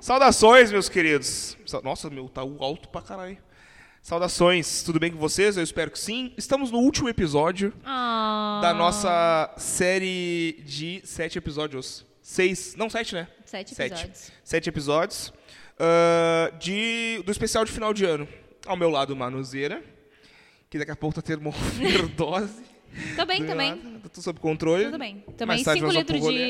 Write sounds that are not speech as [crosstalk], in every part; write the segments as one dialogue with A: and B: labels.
A: Saudações, meus queridos. Sa- Nossa, meu, tá o alto pra caralho. Saudações, tudo bem com vocês? Eu espero que sim. Estamos no último episódio
B: Ah,
A: da nossa série de sete episódios. Seis, não, sete, né?
B: Sete
A: Sete.
B: episódios.
A: Sete episódios ah, de, do especial de final de ano. Ao meu lado, Manuzeira, que daqui a pouco tá tendo uma [laughs] overdose.
B: Tô bem,
A: Do meu
B: também.
A: lado. Tá tudo sob controle.
B: Tudo bem. Também
A: Mais tarde
B: 5
A: nós vamos
B: litros
A: pro rolê.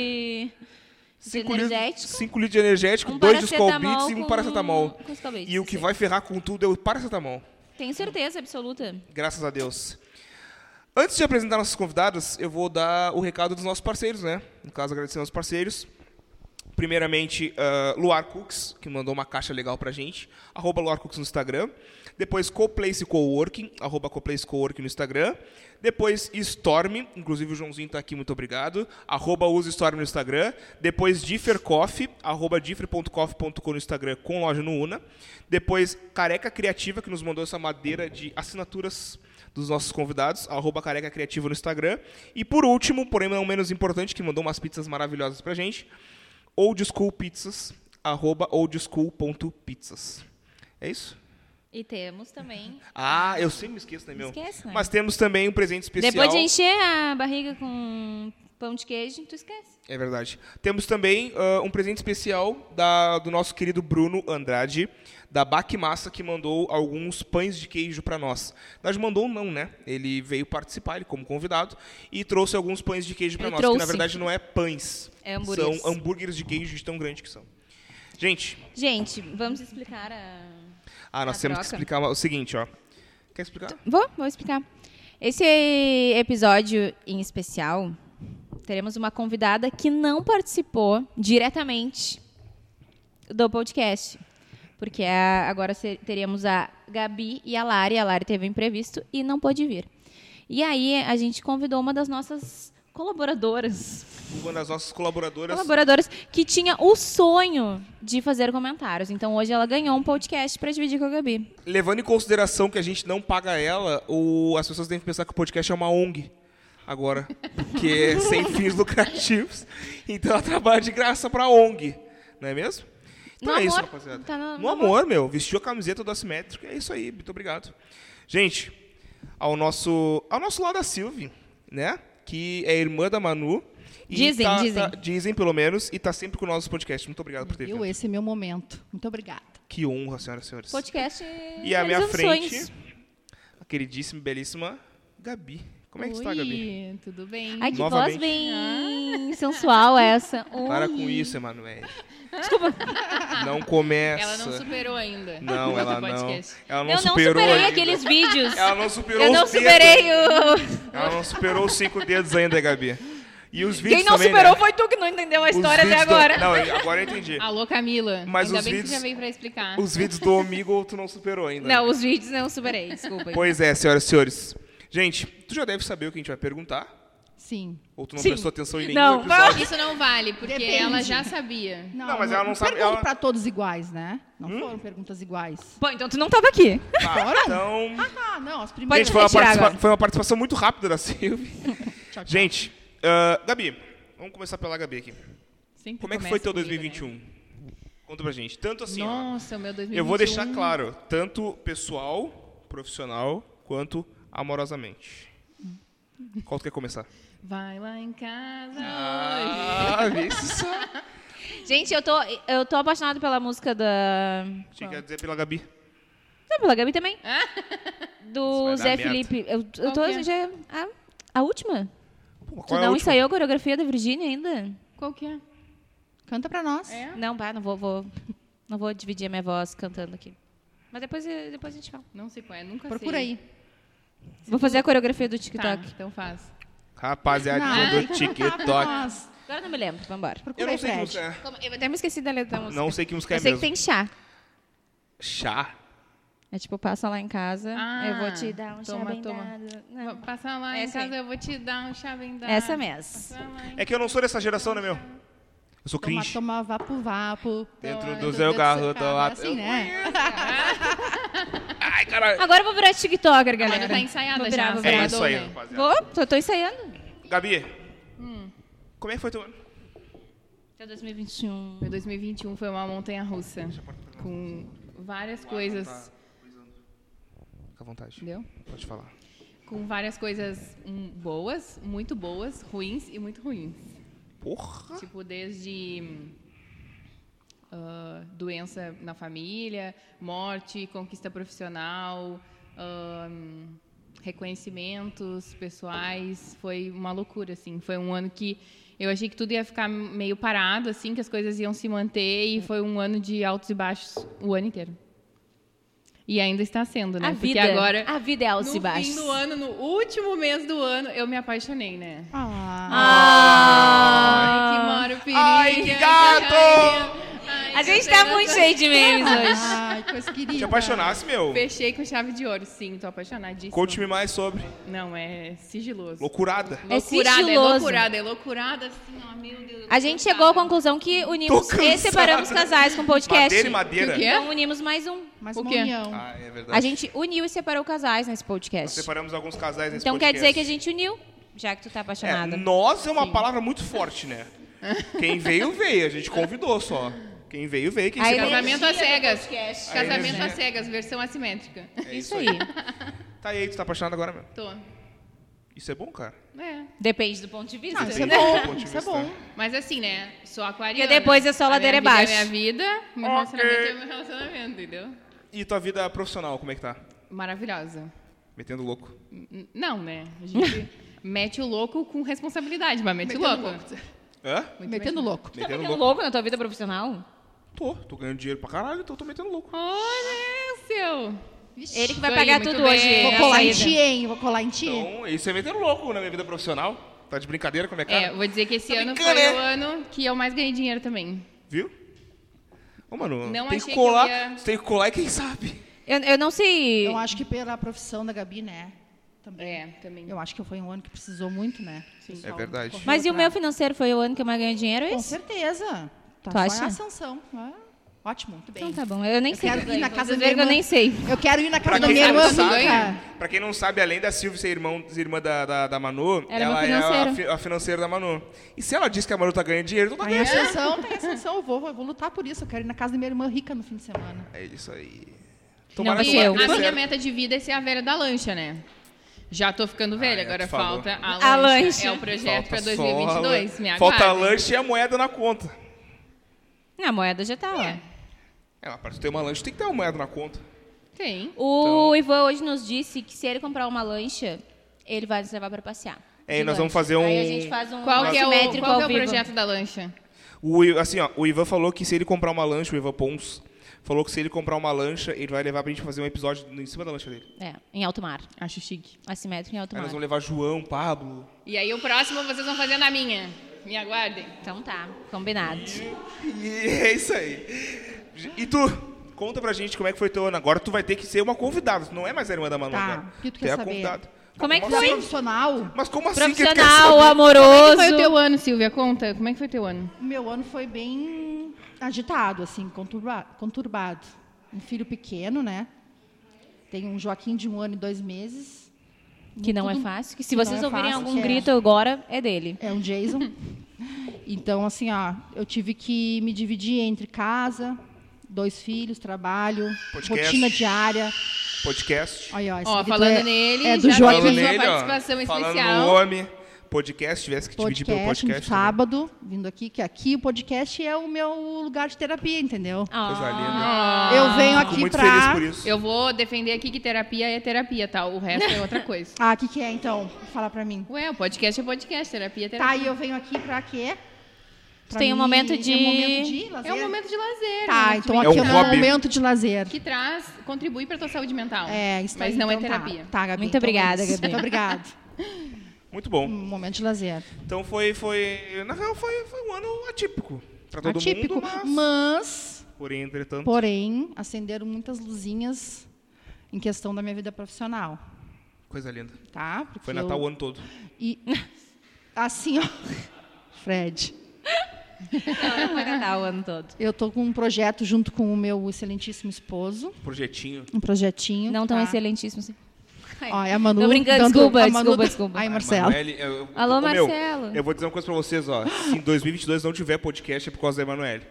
B: de...
A: Cinco
B: de
A: litros-
B: energético.
A: cinco litros de energético,
B: um
A: dois de Skull
B: paracetamol
A: Beats e um
B: com-
A: paracetamol.
B: com Skull Beats,
A: E o que
B: sim.
A: vai ferrar com tudo é o paracetamol.
B: Tenho certeza absoluta.
A: Graças a Deus. Antes de apresentar nossos convidados, eu vou dar o recado dos nossos parceiros, né? No caso, agradecer aos parceiros. Primeiramente, ah, Luar Cooks, que mandou uma caixa legal pra gente. Arroba Luar Cooks no Instagram. Depois, Coplace Coworking. Arroba Coplace Coworking no Instagram. Depois, Storm. Inclusive, o Joãozinho tá aqui, muito obrigado. Arroba Use Storm no Instagram. Depois, Differ Coffee. Arroba differ.coffee.com no Instagram, com loja no Una. Depois, Careca Criativa, que nos mandou essa madeira de assinaturas dos nossos convidados, arroba careca criativo no Instagram. E por último, porém não menos importante, que mandou umas pizzas maravilhosas pra gente, Old School Pizzas, arroba oldschool.pizzas. É isso?
B: E temos também...
A: Ah, eu sempre me esqueço, né, meu?
B: Esquece, né?
A: Mas temos também um presente especial.
B: Depois de encher a barriga com pão de queijo, tu esquece.
A: É verdade. Temos também ah, um presente especial da- do nosso querido Bruno Andrade, da Baque Massa, que mandou alguns pães de queijo para nós. Na verdade, mandou não, né? Ele veio participar, ele como convidado, e trouxe alguns pães de queijo para
B: Ele
A: nós. Que na
B: trouxe.
A: verdade não é pães.
B: É hambúrgueres.
A: São hambúrgueres de queijo de tão grande que são. Gente,
B: Gente, vamos explicar a...
A: ah, nós
B: A
A: temos que
B: troca?
A: explicar o seguinte, ó. Quer explicar?
B: Vou, vou explicar. Esse episódio em especial, teremos uma convidada que não participou diretamente do podcast. Porque a- agora se- teríamos a Gabi e a Lari. A Lari teve um imprevisto e não pôde vir. E aí a gente convidou uma das nossas colaboradoras
A: Uma das nossas colaboradoras.
B: colaboradoras que tinha o sonho de fazer comentários. Então hoje ela ganhou um podcast para dividir com a Gabi.
A: Levando em consideração que a gente não paga ela, o- as pessoas devem pensar que o podcast é uma ONG agora, que é sem fins lucrativos. Então ela trabalha de graça pra ONG, não é mesmo? Então
B: No
A: é isso,
B: amor.
A: rapaziada.
B: Tá no-
A: no
B: no
A: amor, meu. Vestiu a camiseta do Assimétrico. É isso aí. Muito obrigado. Gente, ao nosso, ao nosso lado a Silvia, né? Que é irmã da Manu. e
B: Dizem,
A: tá-
B: dizem.
A: tá- dizem, pelo menos, e tá sempre com o nosso podcast. Muito obrigado por ter
C: Eu,
A: vindo.
C: esse é meu momento. Muito obrigada.
A: Que honra, senhoras e senhores.
B: Podcast.
A: E à minha
B: realizando
A: frente,
B: sonhos.
A: a queridíssima e belíssima Gabi. Como é que está, Gabi?
C: Oi, tudo bem?
B: Ai, que
A: Novamente.
B: voz bem sensual essa. Ui.
A: [laughs] Para com isso,
B: [laughs]
A: Emanuele. Desculpa. Não começa.
C: Ela não superou ainda. [laughs]
A: Não,
C: o
A: ela não.
C: podcast.
A: Ela não
B: Eu não
A: superou
B: superei
A: ainda.
B: aqueles vídeos.
A: Ela não superou
B: [laughs] Eu não
A: os dedos.
B: superei o.
A: Ela não superou os cinco dedos ainda, Gabi. E os vídeos
B: Quem não
A: também,
B: superou
A: né?
B: foi tu que não entendeu a
A: Os
B: história até
A: vídeos do-
B: agora.
A: Não, eu- agora eu entendi.
C: Alô, Camila.
A: Mas
C: ainda
A: os
C: bem
A: vídeos-
C: que já veio pra explicar.
A: Os vídeos do Omigo tu não superou ainda.
B: Não, os vídeos não superei, desculpa.
A: Pois é, senhoras e senhores. Gente, tu já deve saber o que a gente vai perguntar.
C: Sim.
A: Ou tu não
B: Sim.
A: prestou atenção em nenhum
B: Não.
A: episódio.
D: Isso não vale, porque
C: Depende.
D: ela já sabia.
A: Não, mas ela não sabe-
C: Pergunto
A: ela- Hum?
C: pra todos iguais, né? Não foram perguntas iguais.
B: Bom, então tu não tava aqui.
A: Tá, então...
C: Ah, não. As primeiras.
A: Gente, foi uma,
B: retirar
A: participa-
B: agora.
A: foi uma participação muito rápida da Silvia. Gente, ah, Gabi, vamos começar pela Gabi aqui.
C: Sempre
A: Como é que
C: começa
A: foi
B: né?
A: teu
C: comigo, né?
A: 2021? Conta pra gente. Tanto assim, ó,
C: Nossa, o meu 2021.
A: eu vou deixar
B: um.
A: claro, tanto pessoal, profissional, quanto amorosamente. Qual tu quer começar?
D: Vai lá em casa.
A: Ah, isso.
B: [laughs] Gente, eu tô, eu tô apaixonada pela música da.
A: Tinha que dizer pela Gabi.
B: Não, pela Gabi também. [laughs] Do
A: Isso vai dar
B: Zé
A: merda.
B: Felipe. Eu, eu
D: Qual
B: tô.
D: que é?
B: Já, a, a última?
A: Pô,
B: tu
A: qual é a
B: não
A: última?
B: ensaiou a coreografia da Virgínia ainda?
D: Qual que é?
C: Canta pra nós.
D: É?
B: Não, pá, não vou, vou- [laughs] não vou dividir a minha voz cantando aqui. Mas depois, eh, depois a gente fala.
D: Não sei qual é, nunca
C: Procura
D: sei.
C: aí.
B: Vou fazer a coreografia do
D: Tá,
B: TikTok.
D: então faz.
A: Rapaziadinha
C: tem
A: do
C: que cantar pra
A: TikTok.
C: nós.
B: Agora não me lembro, vambora.
A: Eu
C: Procura
A: não
C: aí,
A: sei que
C: Fred.
A: música é.
B: eu até me esqueci da letra da música.
A: Não sei que música
B: eu
A: é
B: sei que
A: mesmo.
B: tem chá.
A: Chá.
B: É tipo, passa lá em casa,
D: Ah,
B: eu vou te dar um chá
D: toma,
B: bem
D: toma.
B: dado.
D: Vou
B: Não.
D: Passar lá em
B: É Essa aí.
D: casa, eu vou te dar um chá bem dado.
B: Essa mesmo.
D: Passar lá em-
A: É que eu não sou dessa geração, né, meu? Eu sou
C: Toma,
A: cringe.
C: toma, vapo, vapo.
A: Dentro
C: Toma,
A: do seu carro, tô
C: É assim, né?
A: Ai, caralho.
B: Agora eu vou virar TikToker,
D: Mas
B: galera.
D: tá ensaiada
B: Vou
D: já.
B: virar, vou Hum.
A: É
B: virar.
A: isso aí,
D: Madonna.
A: rapaziada.
B: Vou, tô, tô ensaiando.
A: Gabi, como é que foi teu ano?
B: Até 2021.
D: Meu 2021 foi uma montanha russa. Com várias coisas.
A: Fica à vontade.
D: Entendeu?
A: Pode falar.
D: Com várias coisas hum, boas, muito boas, ruins e muito ruins.
A: Porra!
D: Tipo, desde hum, ah, doença na família, morte, conquista profissional, hum, reconhecimentos pessoais. Foi uma loucura, assim. Foi um ano que eu achei que tudo ia ficar meio parado, assim, que as coisas iam se manter. E foi um ano de altos e baixos o ano inteiro. E ainda está sendo, né?
B: A
D: Porque
B: vida.
D: agora...
B: A vida é
D: No
B: altos e
D: fim
B: baixos.
D: do ano, no último mês do ano, eu me apaixonei, né?
C: Ah,
B: Ah,
D: Ai, que é moro perigo.
A: Ai, que gato!
B: a gente tá muito cheio de memes hoje.
C: ai, coisa querida.
A: Te apaixonasse, meu.
D: Fechei com chave de ouro, sim, tô apaixonadíssima.
A: Conte-me mais sobre.
D: Não, é sigiloso.
A: Loucurada.
B: É
D: Loucurada, é
B: sigiloso.
D: loucurada, é loucurada, assim, ó, meu Deus. eu tô
B: A gente
D: cansada.
B: chegou à conclusão que unimos
A: Tô
B: e
A: cansada.
B: separamos casais com podcast.
A: Madeira e madeira.
D: Que o quê?
B: Então unimos mais um.
C: Mas
D: O
C: uma
D: quê?
C: união.
A: Ah, é verdade.
B: A gente uniu e separou casais nesse
A: Nós
B: podcast.
A: separamos alguns casais nesse
B: Então quer
A: podcast.
B: dizer que a gente uniu, já que tu tá apaixonada.
A: É, nós é uma palavra muito forte, né? Quem veio, veio. A gente convidou só. Quem veio, veio. Quem
B: Aí
A: se
B: ele-
A: casou-
D: Casamento
B: energia
D: às
B: do
D: cegas.
B: podcast.
A: é
D: Casamento
A: energia.
D: às cegas, versão assimétrica.
A: É
B: Isso aí.
A: Tá aí, tu tá apaixonado agora mesmo.
D: Tô.
A: Isso é bom, cara.
D: É.
B: Depende do ponto de vista.
C: Ah, isso é
A: Bem do
C: bom.
A: ponto de
C: Isso é
A: vista.
C: bom.
D: Mas assim, né? Sou aquariana.
B: Porque depois é só
D: A minha
B: ladeira
D: vida
B: abaixo.
D: É minha vida, meu
A: Ok.
D: relacionamento é meu relacionamento, entendeu?
A: E tua vida profissional, como é que tá?
D: Maravilhosa.
A: Metendo louco.
D: N- Não, né? A gente [laughs] mete o louco com responsabilidade, mas mete o louco.
A: Hã?
D: Muito
C: Metendo
D: bem.
C: louco.
B: Tá
A: Metendo
B: ficando
A: é louco.
B: louco na tua vida profissional?
A: Tô. Tô ganhando dinheiro pra caralho, então tô metendo louco.
D: Olha, seu.
B: Ele que vai
D: Isso aí,
B: pagar
D: muito
B: tudo
D: bem.
B: hoje.
D: Vou
C: Vou
B: a
C: colar em
B: saída.
C: ti, hein? Vou colar em ti.
A: Então, isso é metendo louco na minha vida profissional. Tá de brincadeira com a minha cara?
D: É, vou dizer que esse
A: Tô
D: ano foi
A: brincando,
D: o
A: né?
D: ano que eu mais ganhei dinheiro também.
A: Viu? Ô, mano,
D: Não
A: tem
D: achei
A: que
D: que
A: colar.
D: eu ia-
A: Tem que colar e quem sabe.
B: Eu, eu não sei.
C: Eu acho que pela profissão da Gabi, né? Também.
D: É, também.
C: Eu acho que foi um ano que precisou muito, né? Pessoal
A: É verdade.
C: correu
B: Mas e o
C: pra-
B: meu financeiro foi o ano que eu mais ganhei dinheiro? é
C: Com
B: Isso?
C: certeza. Tá
B: Tu
C: só
B: acha?
C: em ascensão. Ah, ótimo, muito bem.
B: Então tá bom. Eu nem
C: Eu
B: sei.
C: quero
B: que
C: ir na
B: ganho.
C: casa
B: Vocês
C: da
B: viram que
C: minha
B: eu
C: irmã.
B: nem sei.
C: Eu quero ir na casa da
D: quem
C: minha
D: sabe,
C: irmã
D: sabe.
C: rica.
A: pra quem não sabe, além da Silvia ser irmão, irmã da, da, da Manu,
B: Ela é
A: ela
B: uma
A: é a,
B: financeira.
A: fi- a financeira da Manu. E se ela diz que a Manu tá ganhando dinheiro, então tá
C: Tá em
A: ganhando.
C: ascensão, tá em ascensão. Eu vou, eu vou lutar por isso. Eu quero ir na casa da minha irmã rica no fim de semana.
A: É isso aí.
B: Não,
A: que
B: e eu?
A: dê
D: A minha
A: certo.
D: meta de vida é ser a velha da lancha, né? Já tô ficando velha,
A: Ah, é,
D: agora
A: tu falou.
D: falta a lancha.
B: A lancha.
D: É o projeto pra
A: só-
D: 2022, me
A: Falta
D: aguardem.
A: lanche e a moeda na conta.
B: Na moeda já tá lá.
A: É, mas pra tu ter uma lanche, tem que ter uma moeda na conta.
D: Tem.
A: Então-
B: O Ivan hoje nos disse que se ele comprar uma lancha, ele vai nos levar pra passear.
A: É,
B: De
A: nós vamos
B: lancha.
A: fazer um-
B: Aí a gente faz um
D: Qual que é o,
B: assimétrico
D: qual que é
B: ao
D: o
B: vivo.
D: projeto da lancha?
A: O, I- assim, ó, o Ivan falou que se ele comprar uma lancha, o Ivan Pons, falou que se ele comprar uma lancha, ele vai levar pra gente fazer um episódio em cima da lancha dele.
B: É, em alto mar.
D: Acho chique.
B: Assimétrico em alto
A: Aí nós
B: mar.
A: vamos levar João, Pablo.
D: E aí o próximo vocês vão fazer na minha. Me aguardem.
B: Então tá, combinado.
A: E [laughs] é isso aí. E tu, conta pra gente como é que foi teu ano. Agora tu vai ter que ser uma convidada. Tu não é mais a irmã da Manu
C: Tá,
A: agora.
C: o que tu
A: Tu
C: quer
A: é a
C: saber?
A: convidada.
B: Como é que
A: Mas
B: foi?
A: como- assim?
C: Profissional,
A: Mas como assim que tu quer
B: Profissional,
A: saber?
B: amoroso.
D: Como é que foi o teu ano, Silvia? Conta, como é que foi teu ano?
C: o meu ano foi bem agitado, assim, conturba- conturbado. Um filho pequeno, né? Tem um Joaquim de um ano e dois meses.
B: Que não é
C: Tudo-
B: fácil. Que se
C: que
B: vocês
C: não é
B: ouvirem
C: fácil,
B: algum
C: é.
B: grito agora, é dele.
C: É um Jason. Então, assim, ó, eu tive que me dividir entre casa, dois filhos, trabalho,
A: Podcast.
C: rotina diária.
A: Podcast.
C: Olha, ó, esse
D: Ó,
C: grito
D: falando
C: é-
D: nele,
C: é do
D: já
C: Joaquim.
A: Falando
D: tivemos uma
A: nele, ó,
D: participação
A: falando
D: especial.
A: no homem. Podcast, tivesse que dividir pelo
C: podcast no
A: podcast. né?
C: sábado, vindo aqui, que aqui o podcast é o meu lugar de terapia, entendeu?
A: também.
B: Ah,
A: Coisa linda.
C: Ah. eu venho
A: Fico
C: aqui
A: muito feliz
C: pra.
A: por isso.
D: Eu vou defender aqui que terapia é terapia, tá? O resto é outra coisa.
C: Ah, o que, que é então? Fala pra mim.
D: [laughs] Ué, o podcast é podcast, terapia é
C: Tá,
D: terapia.
C: e eu venho aqui pra quê? Pra
B: tem um
C: mim-
B: momento
C: É
B: de-
C: um momento de lazer.
D: é um momento de lazer.
C: Tá,
D: né?
C: então
A: É
C: aqui é
A: um
C: um
A: hobby.
C: momento de lazer.
D: Que traz, contribui pra tua saúde mental.
C: É, isso
D: Mas
C: aí,
D: não é
C: então tá.
D: terapia.
C: Tá, Gabi.
B: Muito
C: então é
B: obrigada,
C: isso.
B: Gabi.
C: Muito obrigada.
A: Muito bom.
C: Um momento de lazer.
A: Então foi, foi. Na real, foi, foi um ano atípico. Pra todo
C: Atípico,
A: mundo. Mas,
C: mas,
A: Porém, entretanto.
C: porém, acenderam muitas luzinhas em questão da minha vida profissional,
A: Coisa linda.
C: tá? Porque
A: Foi Natal
C: eu-
A: o ano todo.
C: E assim, ó, Fred,
B: Não, não foi Natal o ano todo.
C: eu tô com um projeto junto com o meu excelentíssimo esposo,
A: Projetinho.
C: um projetinho.
B: Não tão
C: tá?
B: excelentíssimo. assim.
C: Ó, é a Manu
B: Tô brincando,
C: dando-
B: desculpa,
C: a Manu-
B: desculpa, desculpa.
C: Ai,
A: Ai, é
C: Marcelo.
A: Emanuele, eu-
B: Alô,
A: ô, meu,
B: Marcelo.
A: eu vou dizer uma coisa pra vocês, ó. Se em 2022 não tiver podcast, é por causa da Emanuele.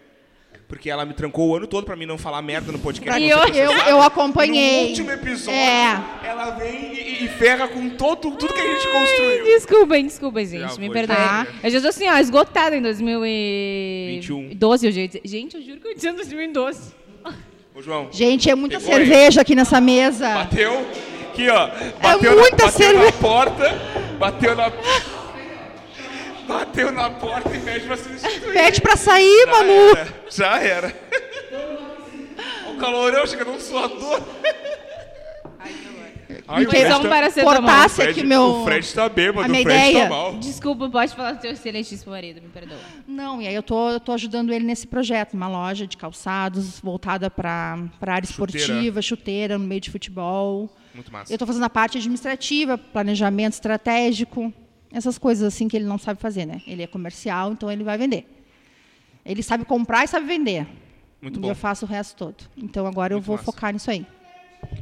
A: Porque ela me trancou o ano todo pra mim não falar merda no podcast. não
B: E
A: sei
B: eu-
A: o que vocês
C: eu-
A: sabem.
C: eu acompanhei.
A: No último episódio,
C: É.
A: ela vem e, e ferra com todo, tudo que a gente construiu.
B: Desculpem, desculpem,
A: Já Tá.
B: gente.
A: vou
B: Me
A: te
B: perdoem.
A: dizer.
B: Eu já tô assim, ó, esgotada em 2021.
A: 21.
B: 12, eu já ia dizer. Gente, eu juro que eu disse 2012.
A: Ô, João,
C: Gente, é muita
A: Pegou aí.
C: cerveja aqui nessa mesa.
A: bateu. Aqui, ó. Bateu,
C: É
A: na,
C: muita
A: bateu na
C: cerveja.
A: porta. Bateu na... Bateu na porta e pede pra substituir.
C: Pede pra sair, Manu.
A: É, Já era. Já era. o calorão chega num suador. Ai,
B: Me fez
A: Fred
B: um
A: tá-
B: paracetamol.
A: o
C: Cortasse
A: Fred-
C: aqui meu...
A: O Fred tá bêbado,
C: a
A: o
C: minha
A: Fred
C: ideia.
A: tá mal.
B: Desculpa, pode falar do teu excelentíssimo marido, me perdoa.
C: Não, e aí eu tô, eu tô ajudando ele nesse projeto, uma loja de calçados voltada para a área
A: Chuteira.
C: esportiva, chuteira, no meio de futebol.
A: Muito massa.
C: Eu tô fazendo a parte administrativa, planejamento estratégico, essas coisas assim que ele não sabe fazer, né? Ele é comercial, então ele vai vender. Ele sabe comprar e sabe vender.
A: Muito
C: e
A: bom.
C: eu faço o resto todo. Então agora
A: Muito
C: eu vou
A: massa.
C: focar nisso aí.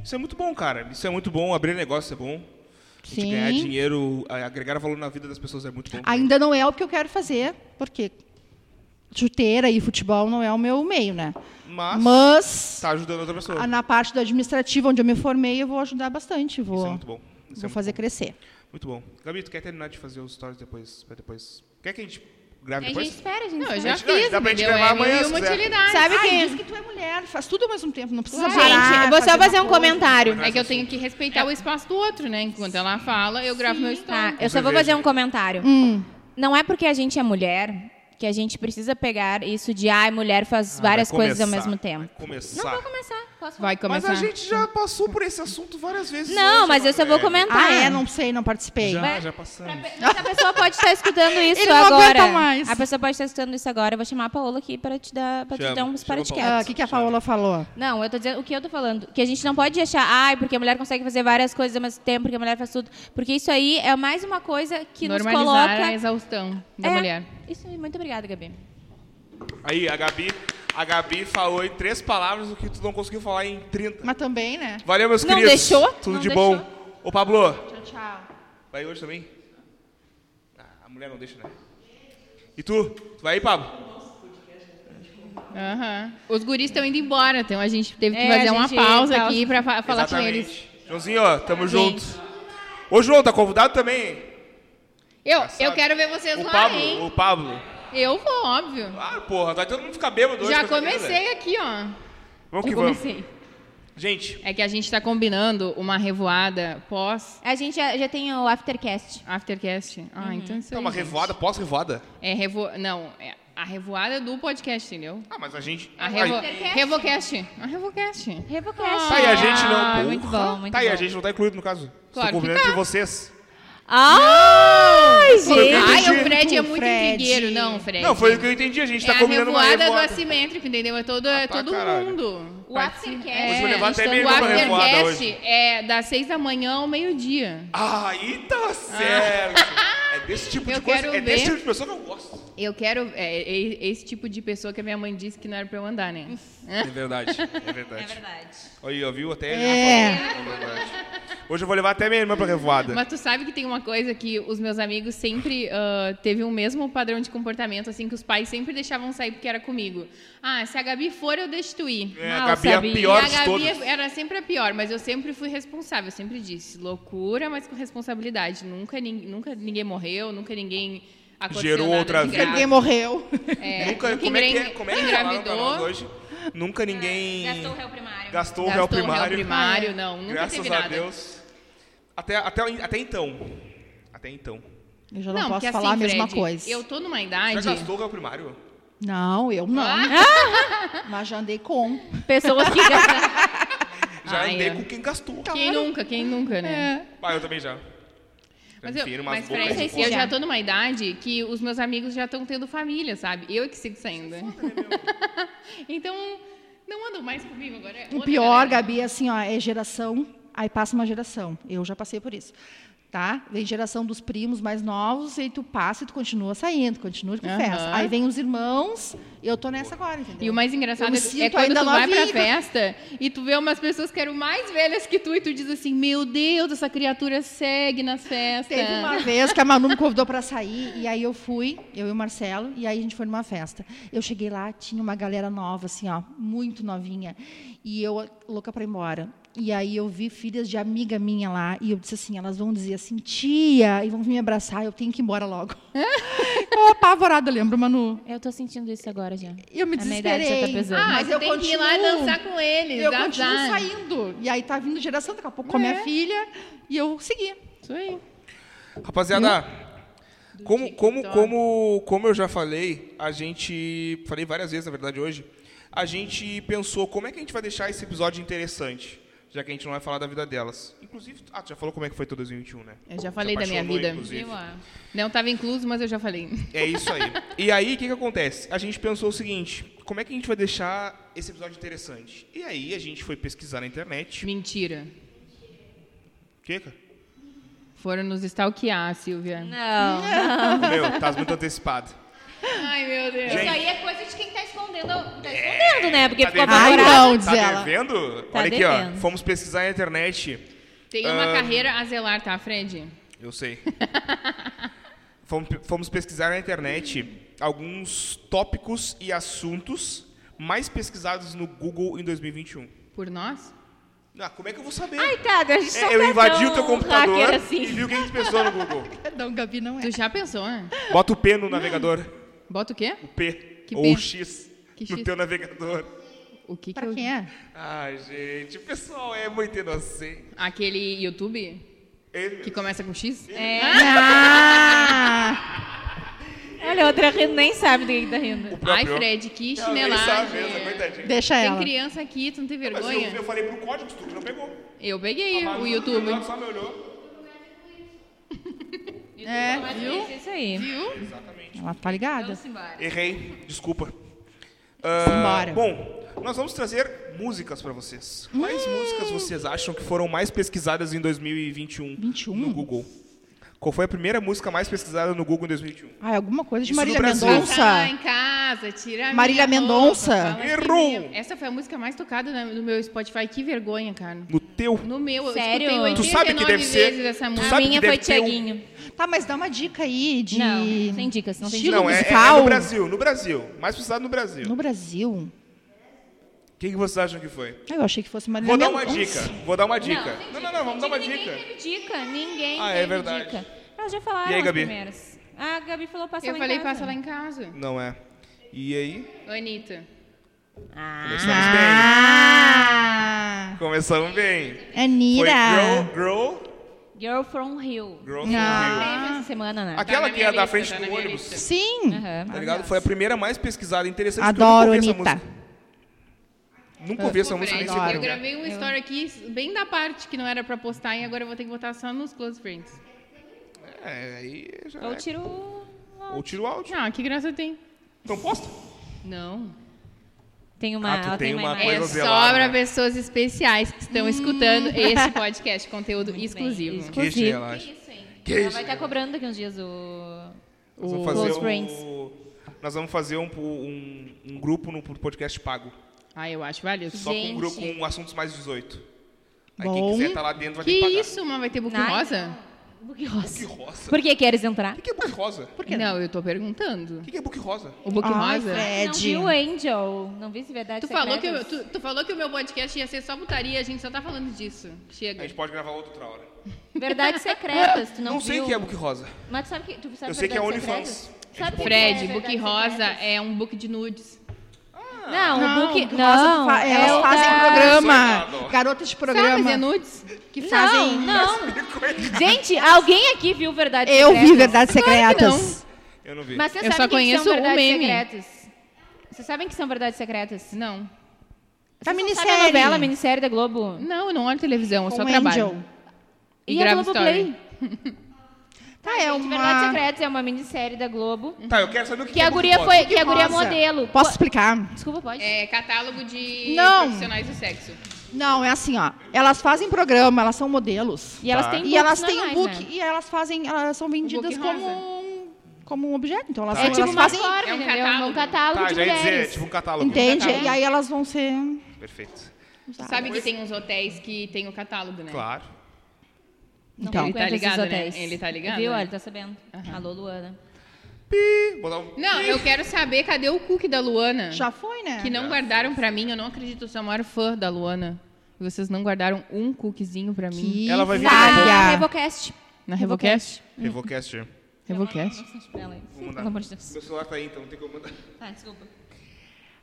A: Isso é muito bom, cara. Isso é muito bom. Abrir negócio é bom. A gente
C: Sim.
A: Ganhar dinheiro, a- agregar valor na vida das pessoas é muito bom.
C: Ainda não é o que eu quero fazer, porque chuteira e futebol não é o meu meio, né?
A: Mas,
C: Mas
A: tá ajudando outra pessoa.
C: Ah, na parte do administrativo, onde eu me formei, eu vou ajudar bastante. Vou,
A: Isso é muito bom. Isso
C: vou
A: é
C: fazer crescer.
A: muito bom. Gabi, tu quer terminar de fazer os stories depois? Pra depois... Quer que a gente
B: A
A: grave
B: gente
A: depois?
B: espera, a gente.
D: Não, eu
B: espera.
D: já
A: Gente, não,
D: fiz,
A: dá pra gente
D: entendeu?
A: gravar
D: É
A: amanhã,
D: mil e
A: se
D: uma
A: quiser.
D: utilidade.
B: Sabe
C: Ai,
B: quem-
C: diz que tu é mulher, faz tudo ao mesmo tempo, não precisa
B: Gente,
C: parar.
B: eu vou só
C: uma
B: fazer um
C: coisa.
B: comentário.
D: É que eu tenho que respeitar o espaço do outro, né? Enquanto ela fala, eu gravo meu
B: Tá,
D: story.
B: eu só vou
A: cerveja.
B: fazer um comentário.
C: Hum,
B: Não é porque a gente é mulher que a gente precisa pegar isso de ai, mulher faz
A: Ah,
B: várias
A: vai
B: coisas ao
A: começar,
B: mesmo
A: vai
B: tempo.
A: começar.
B: Não vou começar. Posso falar?
D: Vai começar.
A: Mas a gente já passou por esse assunto várias vezes.
B: Não,
A: hoje,
B: mas eu só vou
A: Emanuele.
B: comentar.
C: Ah, é? Não sei, não participei.
A: Já,
B: Vai-
A: já passamos.
B: Mas a pessoa pode estar escutando isso
C: Ele não
B: agora.
C: aguenta mais.
B: A pessoa pode estar escutando isso agora. Eu vou chamar a Paola aqui para te dar, para te
A: Chama,
B: dar
A: chama
B: uns
A: a
C: Ah,
B: paraquedas.
C: O que, que a Paola falou?
B: Não, eu tô dizendo o que eu tô falando. Que a gente não pode achar, ai, porque a mulher consegue fazer várias coisas ao mesmo tempo, porque a mulher faz tudo. Porque isso aí é mais uma coisa que nos
D: Normalizar a
B: coloca.
D: exaustão da
B: É.
D: mulher.
B: Isso aí, muito obrigada, Gabi.
A: Aí, a Gabi, a Gabi falou em três palavras o que tu não conseguiu falar em 30.
C: Mas também, né?
A: Valeu, meus
B: Não
A: queridos.
B: deixou?
A: Tudo
B: Não
A: de
B: deixou.
A: bom. Ô, Pablo,
C: Tchau, tchau.
A: vai hoje também? Ah, a mulher não deixa, né? E tu? Tu vai aí, Pablo?
D: Aham. Os guris estão indo embora, então a gente tá teve que
B: É,
D: fazer
B: a
D: uma
B: gente
D: pausa
B: pausa.
D: aqui pra fa- falar com
A: Exatamente.
D: eles.
A: Joãozinho, ó, tamo
D: Gente.
A: junto. Ô, João, tá convidado também?
D: Eu, eu
A: sabe.
D: quero ver vocês
A: Tá O
D: lá,
A: Pablo,
D: hein?
A: o Pablo.
D: Eu vou, óbvio.
A: Ah, porra, vai todo mundo ficar bêbado hoje.
D: Já
A: com certeza.
D: comecei aqui, ó.
A: Vamos que
D: Já
A: vamos.
D: comecei.
A: Gente,
D: É que a gente tá combinando uma revoada pós
B: A gente já, já tem o aftercast.
D: Aftercast. Ah,
B: Uhum.
D: então isso
A: é
D: aí,
A: uma
D: gente.
A: revoada, pós-revoada.
D: É revo... Não, é a revoada do podcast, entendeu?
A: Ah, mas a gente...
D: A revo...
A: Aí-
B: Aftercast?
D: Revocast. A Revocast.
B: Revocast.
A: Tá, e a gente não.
B: Ah,
A: Porra.
B: muito bom, muito
A: tá, e a
B: bom.
A: gente não tá incluído no caso.
D: Claro que
A: Estou combinando
D: tá.
A: entre vocês.
B: Ai, gente.
D: Ai,
A: entendi.
D: o Fred é muito
C: Fred.
D: intrigueiro. Não, Fred.
A: Não, foi o que eu entendi. A gente
D: é
A: tá
D: a
A: combinando uma
D: revoada do
A: revoada.
D: assimétrico, entendeu? É todo, é
A: tá,
D: todo
A: caralho.
D: mundo.
B: O
D: Partici-
B: Aftercast.
D: É,
A: Hoje eu vou levar até
D: estamos-
A: meio
B: tá
D: o
A: pra revoada
D: Aftercast é das seis da manhã ao meio-dia.
A: Aí tá certo. É desse tipo de
D: Ah. Eu
A: coisa.
D: quero
A: É desse
D: ver.
A: tipo de pessoa que eu gosto.
D: Eu quero é, é esse tipo de pessoa que a minha mãe disse que não era pra eu andar, né?
B: Uhum.
A: É verdade. É verdade.
B: verdade.
A: Aí, ó, viu? Até.
C: É.
A: É verdade. Hoje eu vou levar até minha irmã pra revoada.
D: Mas tu sabe que tem uma coisa que os meus amigos sempre ah, teve o mesmo padrão de comportamento, assim, que os pais sempre deixavam sair porque era comigo. Ah, se a Gabi for, eu deixo tu ir.
A: É, a
B: Mal
A: Gabi é a
B: sabia.
A: pior
D: e a
A: de
D: Gabi
A: todas.
D: era sempre a pior, mas eu sempre fui responsável. Eu sempre disse, loucura, mas com responsabilidade. Nunca, nin- nunca ninguém morreu, nunca ninguém aconteceu
A: Gerou
D: nada
A: outra
D: de
A: vida.
D: grave.
C: Ninguém morreu.
D: É,
A: Nunca.
D: nunca
A: Como é que é?
D: engra-
A: Como é que falaram pra nós
D: engravidou. Ah,
A: hoje? Nunca ninguém.
B: Gastou o réu primário.
A: Gastou o réu
D: Gastou
A: primário.
D: primário, não. Nunca
A: Graças
D: teve
A: a
D: nada.
A: Deus. Até, até, até então. Até então.
C: Eu já não,
D: porque
C: posso
D: assim,
C: falar a mesma
D: Fred,
C: coisa.
D: Eu tô numa
A: Já
D: idade.
A: gastou o réu primário?
C: Não, eu não. Mas já andei com.
A: [laughs]
B: Pessoas que gastam.
A: Já
D: Ai,
A: andei
D: é.
A: com quem gastou.
D: Quem nunca, quem nunca,
C: É.
D: né?
A: Ah, eu também já.
D: Mas
A: Já
D: eu,
A: enfiei numas
D: mas
A: bocas
D: Fred,
A: de
B: Não sei se
D: eu
B: já.
D: já tô numa idade que os meus amigos já estão tendo família, sabe? Eu é que sigo saindo.
C: né,
D: [laughs] então, não andam mais comigo agora. é
C: O
D: outra
C: pior,
D: galera.
C: Gabi, é assim, ó, é geração. Aí passa uma geração. Eu já passei por isso. Tá? Vem geração dos primos mais novos, e tu passa e tu continua saindo, continua com festa.
D: Aham.
C: Aí vem os irmãos, e eu tô nessa agora, entendeu?
D: E o mais engraçado
C: Eu me
D: é,
C: sinto
D: é quando
C: ainda
D: tu vai pra
C: novinha.
D: festa e tu vê umas pessoas que eram mais velhas que tu e tu diz assim, meu Deus, essa criatura segue nas festas.
C: Teve uma vez que a Manu me convidou para sair, e aí eu fui, eu e o Marcelo, e aí a gente foi numa festa. Eu cheguei lá, tinha uma galera nova, assim, ó, muito novinha, e eu louca para ir embora. E aí eu vi filhas de amiga minha lá, e eu disse assim, elas vão dizer assim, tia, e vão me abraçar, eu tenho que ir
D: [laughs]
C: embora logo. eu apavorada, lembro, Manu.
B: Eu tô sentindo isso agora já.
C: Eu me
B: A minha idade já tá
C: desesperei.
B: pesando.
D: Ah,
C: mas
D: tu
C: eu
D: tem que ir
C: continuo.
D: lá dançar com eles.
C: Eu
D: azar. É.
C: continuo saindo. E aí tá vindo geração, daqui a pouco com a minha filha, e eu segui.
D: Isso aí.
A: Rapaziada, como, como,
D: TikTok.
A: como, como eu já falei, a gente. Falei várias vezes, na verdade, hoje. A gente pensou como é que a gente vai deixar esse episódio interessante, já que a gente não vai falar da vida delas. Inclusive, ah, tu já falou como é que foi teu 2021, né?
D: Eu já falei da minha
A: apaixonou,
D: vida.
A: inclusive.
B: Eu acho.
D: Não estava incluso, mas eu já falei.
A: É isso aí. E aí, o que, que acontece? A gente pensou o seguinte: como é que a gente vai deixar esse episódio interessante? E aí, a gente foi pesquisar na internet.
D: Mentira.
A: O que, cara?
D: Foram nos stalkear, Silvia.
B: Não, não.
A: Meu, tá muito antecipado.
D: Ai, meu Deus.
A: Gente.
B: Isso aí é coisa de quem tá escondendo. Tá escondendo, né? Porque
A: tá
B: ficou
A: devendo.
C: apavorada.
B: apavorado.
C: Ai, não, diz
A: tá
C: ela.
A: devendo?
B: Tá
A: Olha aqui, ó.
B: devendo.
A: Fomos pesquisar na internet.
D: Tem
A: ah,
D: uma carreira a zelar, tá, Fred?
A: Eu
B: [laughs]
A: sei. fomos, fomos pesquisar na internet alguns tópicos e assuntos mais pesquisados no Google em 2021.
D: Por nós?
A: Ah, como é que eu vou saber?
B: Ai, tá, a gente só
A: É, eu
B: tá
A: invadi
B: tão
A: o teu computador
B: hacker
A: e
B: assim.
A: vi o que a gente pensou no Google.
C: Não, Gabi, não é.
D: Tu já pensou, né?
A: Bota o P no navegador.
D: Bota o quê?
A: O P.
D: Que
A: ou
D: P?
A: o X
D: Que
A: no
D: X?
A: teu navegador.
D: O que que
C: Pra
D: eu...
C: quem é?
A: Ai, gente, o pessoal é muito inocente.
D: Aquele YouTube
A: Ele-
D: que começa com X?
B: É.
C: Ah!
B: Olha, a outra rindo nem sabe do que tá rindo.
A: o
D: Ai,
A: próprio.
D: Fred, que
A: Não, nem sabe mesmo,
D: chinelagem.
A: coitadinho.
C: Deixa
D: Tem
C: É ela.
D: criança aqui, tu não tem
A: Mas eu-
D: vergonha?
A: eu falei pro código, tu que não pegou.
D: Eu peguei
A: Mas
D: o YouTube.
A: Só me olhou.
C: É, viu?
B: É isso aí.
D: Viu?
C: Ela tá ligada.
D: Vamos embora.
A: Errei, desculpa. Ah,
C: Simbora.
A: Bom, nós vamos trazer músicas pra vocês. Quais
D: Hum.
A: músicas vocês acham que foram mais pesquisadas em 2021
C: 21?
A: no Google? Qual foi a primeira música mais pesquisada no Google em 2021?
C: Ah, é alguma coisa de
A: Isso no
C: Marília
A: Brasil.
B: Tá,
D: Passar
C: Mendonça.
D: em casa, tirar
C: Marília
D: minha
C: Mendonça.
D: roupa, falar que
A: Errou.
D: veio. Essa foi a música mais tocada na- no meu Spotify. Que vergonha, cara.
A: No teu?
D: No meu,
B: Sério?
D: eu escutei
A: Tu sabe que
D: 89
A: deve ser-
D: vezes essa
A: tu
D: música.
B: A
A: sabe que
B: minha
A: deve
B: foi
A: ter um-
B: Tiaguinho.
C: Tá, mas dá uma dica aí de.
B: Não, sem dicas, não tem
C: Estilo
A: não, é- é,
C: musical.
A: no Brasil, no Brasil. Mais pesquisado no Brasil.
C: No Brasil?
A: O que, que vocês acham que foi?
C: Ah, Eu achei que fosse Marília
A: Vou dar
C: Mendonça.
A: uma dica. Vou dar uma dica.
B: sem
A: Não, não, não, vamos dar uma dica.
B: Ninguém teve dica, ninguém
A: Ah, é
B: teve
A: verdade.
B: dica. Elas já falaram
A: E aí,
B: as
A: Gabi?
B: primeiras. Ah, A Gabi falou passa
D: Eu
B: lá em
D: falei,
B: casa.
D: passa lá em casa.
A: Não é. E aí?
D: Anitta.
A: Começamos
C: Ah!
A: bem. Começamos bem.
C: É
A: Foi
C: Anira.
A: Girl, Girl,
B: Girl from Hill.
A: Girl from
C: Não.
A: Rio.
B: Teve essa semana, né?
A: Aquela
D: Tá na
A: que
D: minha
A: é da
D: lista,
A: frente
D: tá
A: do
D: na minha
A: ônibus,
D: lista.
C: Sim.
B: Aham.
A: tá ligado? Foi a primeira mais pesquisada e interessante. porque
C: Adoro,
A: eu nunca ouvi essa
C: Anitta.
A: música. Nunca ouvi essa
D: Pô,
A: música, nem
D: Fred,
A: sei como
D: Eu
A: é.
D: gravei um story aqui, bem da parte que não era pra postar, e agora eu vou ter que botar só nos close friends.
A: É, aí já
B: Eu
A: é.
B: tiro...
A: Ou tira o áudio.
D: Não, Ah, que graça tem?
A: Então posta.
D: Não.
B: Tem uma...
A: Ah, tu
B: ela
A: tem uma
B: imagem.
A: coisa
D: É
A: velada,
D: só pra
A: né?
D: pessoas especiais que estão escutando esse podcast, conteúdo
B: Muito bem,
D: exclusivo.
A: Que
B: Inclusive.
A: ela acha.
B: Isso, hein?
A: Que
B: Ela
A: isso,
B: vai estar
A: cara?
B: cobrando daqui uns dias o...
A: Nós vamos
B: O-
A: fazer
B: Close
A: um- Nós vamos fazer um, um, um grupo no podcast pago.
D: Ah, eu acho válido.
A: Só com, um
B: Gente.
A: grupo, com assuntos mais 18. Aí quem
C: Bom.
A: quiser tá lá dentro vai ter
D: Que
A: que pagar.
D: isso, mas vai ter book
B: Ai,
D: rosa?
B: não. Book rosa.
A: Book rosa.
B: Por que queres entrar?
A: O que que é book rosa?
D: Por que não? eu tô perguntando.
A: O que que é book rosa?
D: O book
C: Ai,
D: rosa?
C: Fred.
B: Não viu Angel. Não vi se é verdade
D: Tu
B: secreta.
D: falou, que eu- tu, tu falou que o meu podcast ia ser só putaria, a gente só tá falando disso.
A: A
D: Chega.
A: gente pode gravar outra hora.
B: Verdades secretas, tu não,
A: Não, sei
B: viu.
A: o que é book rosa.
B: Mas tu sabe que... Tu sabe
A: Eu sei que é
B: verdades
A: OnlyFans. tipo
B: secretas? Sabe o que
D: Fred,
B: é
D: book
B: verdades
D: rosa
B: secretas?
D: é um book de nudes.
B: Não, o book...
C: Rosa
B: Não,
C: fa-
B: é
C: elas
B: o
C: fazem
B: da-
C: programa.
A: Sonhado.
C: Garotas de
D: Sabe
B: é
C: programa.
D: fazer nudes?
C: que fazem.
B: Não,
A: [laughs]
B: não. Gente, alguém aqui viu verdades
C: Eu
B: secretas?
C: vi Verdades Secretas.
A: Eu não vi.
B: Mas vocês
D: Eu só
B: sabem que
D: conheço
B: são
D: o
B: verdades
D: meme.
B: secretas? Vocês sabem que são verdades secretas?
D: Não.
C: Da
B: Vocês não
C: minissérie.
B: sabem a novela, a minissérie da Globo.
D: Não, eu não olho televisão, eu
C: Com
D: só
C: Angel.
D: trabalho. E
B: E, a
D: gravo
B: Globo
D: story.
B: Play.
C: Tá, é
B: Gente, Verdades
C: uma.
B: Secretas é uma minissérie da Globo.
A: Tá, eu quero saber o que,
B: Que a
A: é book
B: guria
A: rosa.
B: foi, que a guria é
C: rosa.
B: modelo.
C: Posso
B: Po-
C: explicar?
B: Desculpa, pode?
D: É catálogo de
C: Não.
D: profissionais do sexo.
C: Não, é assim, ó. Elas fazem programa, elas são modelos.
B: E elas
A: Tá.
B: têm
C: E elas
B: books
C: têm um
B: normais,
C: book
B: né?
C: e elas fazem, elas são vendidas
D: book
C: como
D: rosa.
C: um, como um objeto. Então elas,
B: É
C: são-
B: tipo
C: elas
B: uma
C: fazem,
B: forma,
D: É um
B: entendeu?
D: catálogo.
B: É um catálogo
A: Tá,
B: de
A: já ia dizer, é
B: mulheres.
A: tipo um catálogo.
C: entende?
D: Catálogo.
C: E aí elas vão ser
A: Perfeito.
C: Tá.
D: Tu sabe que tem uns hotéis que tem o catálogo, né?
A: Claro.
B: Não
C: Então.
B: aguento
D: Ele tá
B: esses
D: ligado, né?
B: hotéis.
D: Ele tá ligado,
B: Viu?
D: né?
B: Ele tá sabendo. Alô, Luana.
A: Pi, botar um...
D: Não, eu quero saber cadê o cookie da Luana?
C: Já foi, né?
D: Que não guardaram pra mim, eu não acredito, eu sou a maior fã da Luana. E vocês não guardaram um cookiezinho pra mim.
C: Que
A: Ela vai vir
B: Na
C: falha.
B: Tá, Revocast.
D: Na Revocast?
A: Revocast. Meu
D: Revocast.
A: Vou mandar.
B: Pelo amor de Deus.
A: celular tá aí, então não tem como mandar.
B: Tá, desculpa.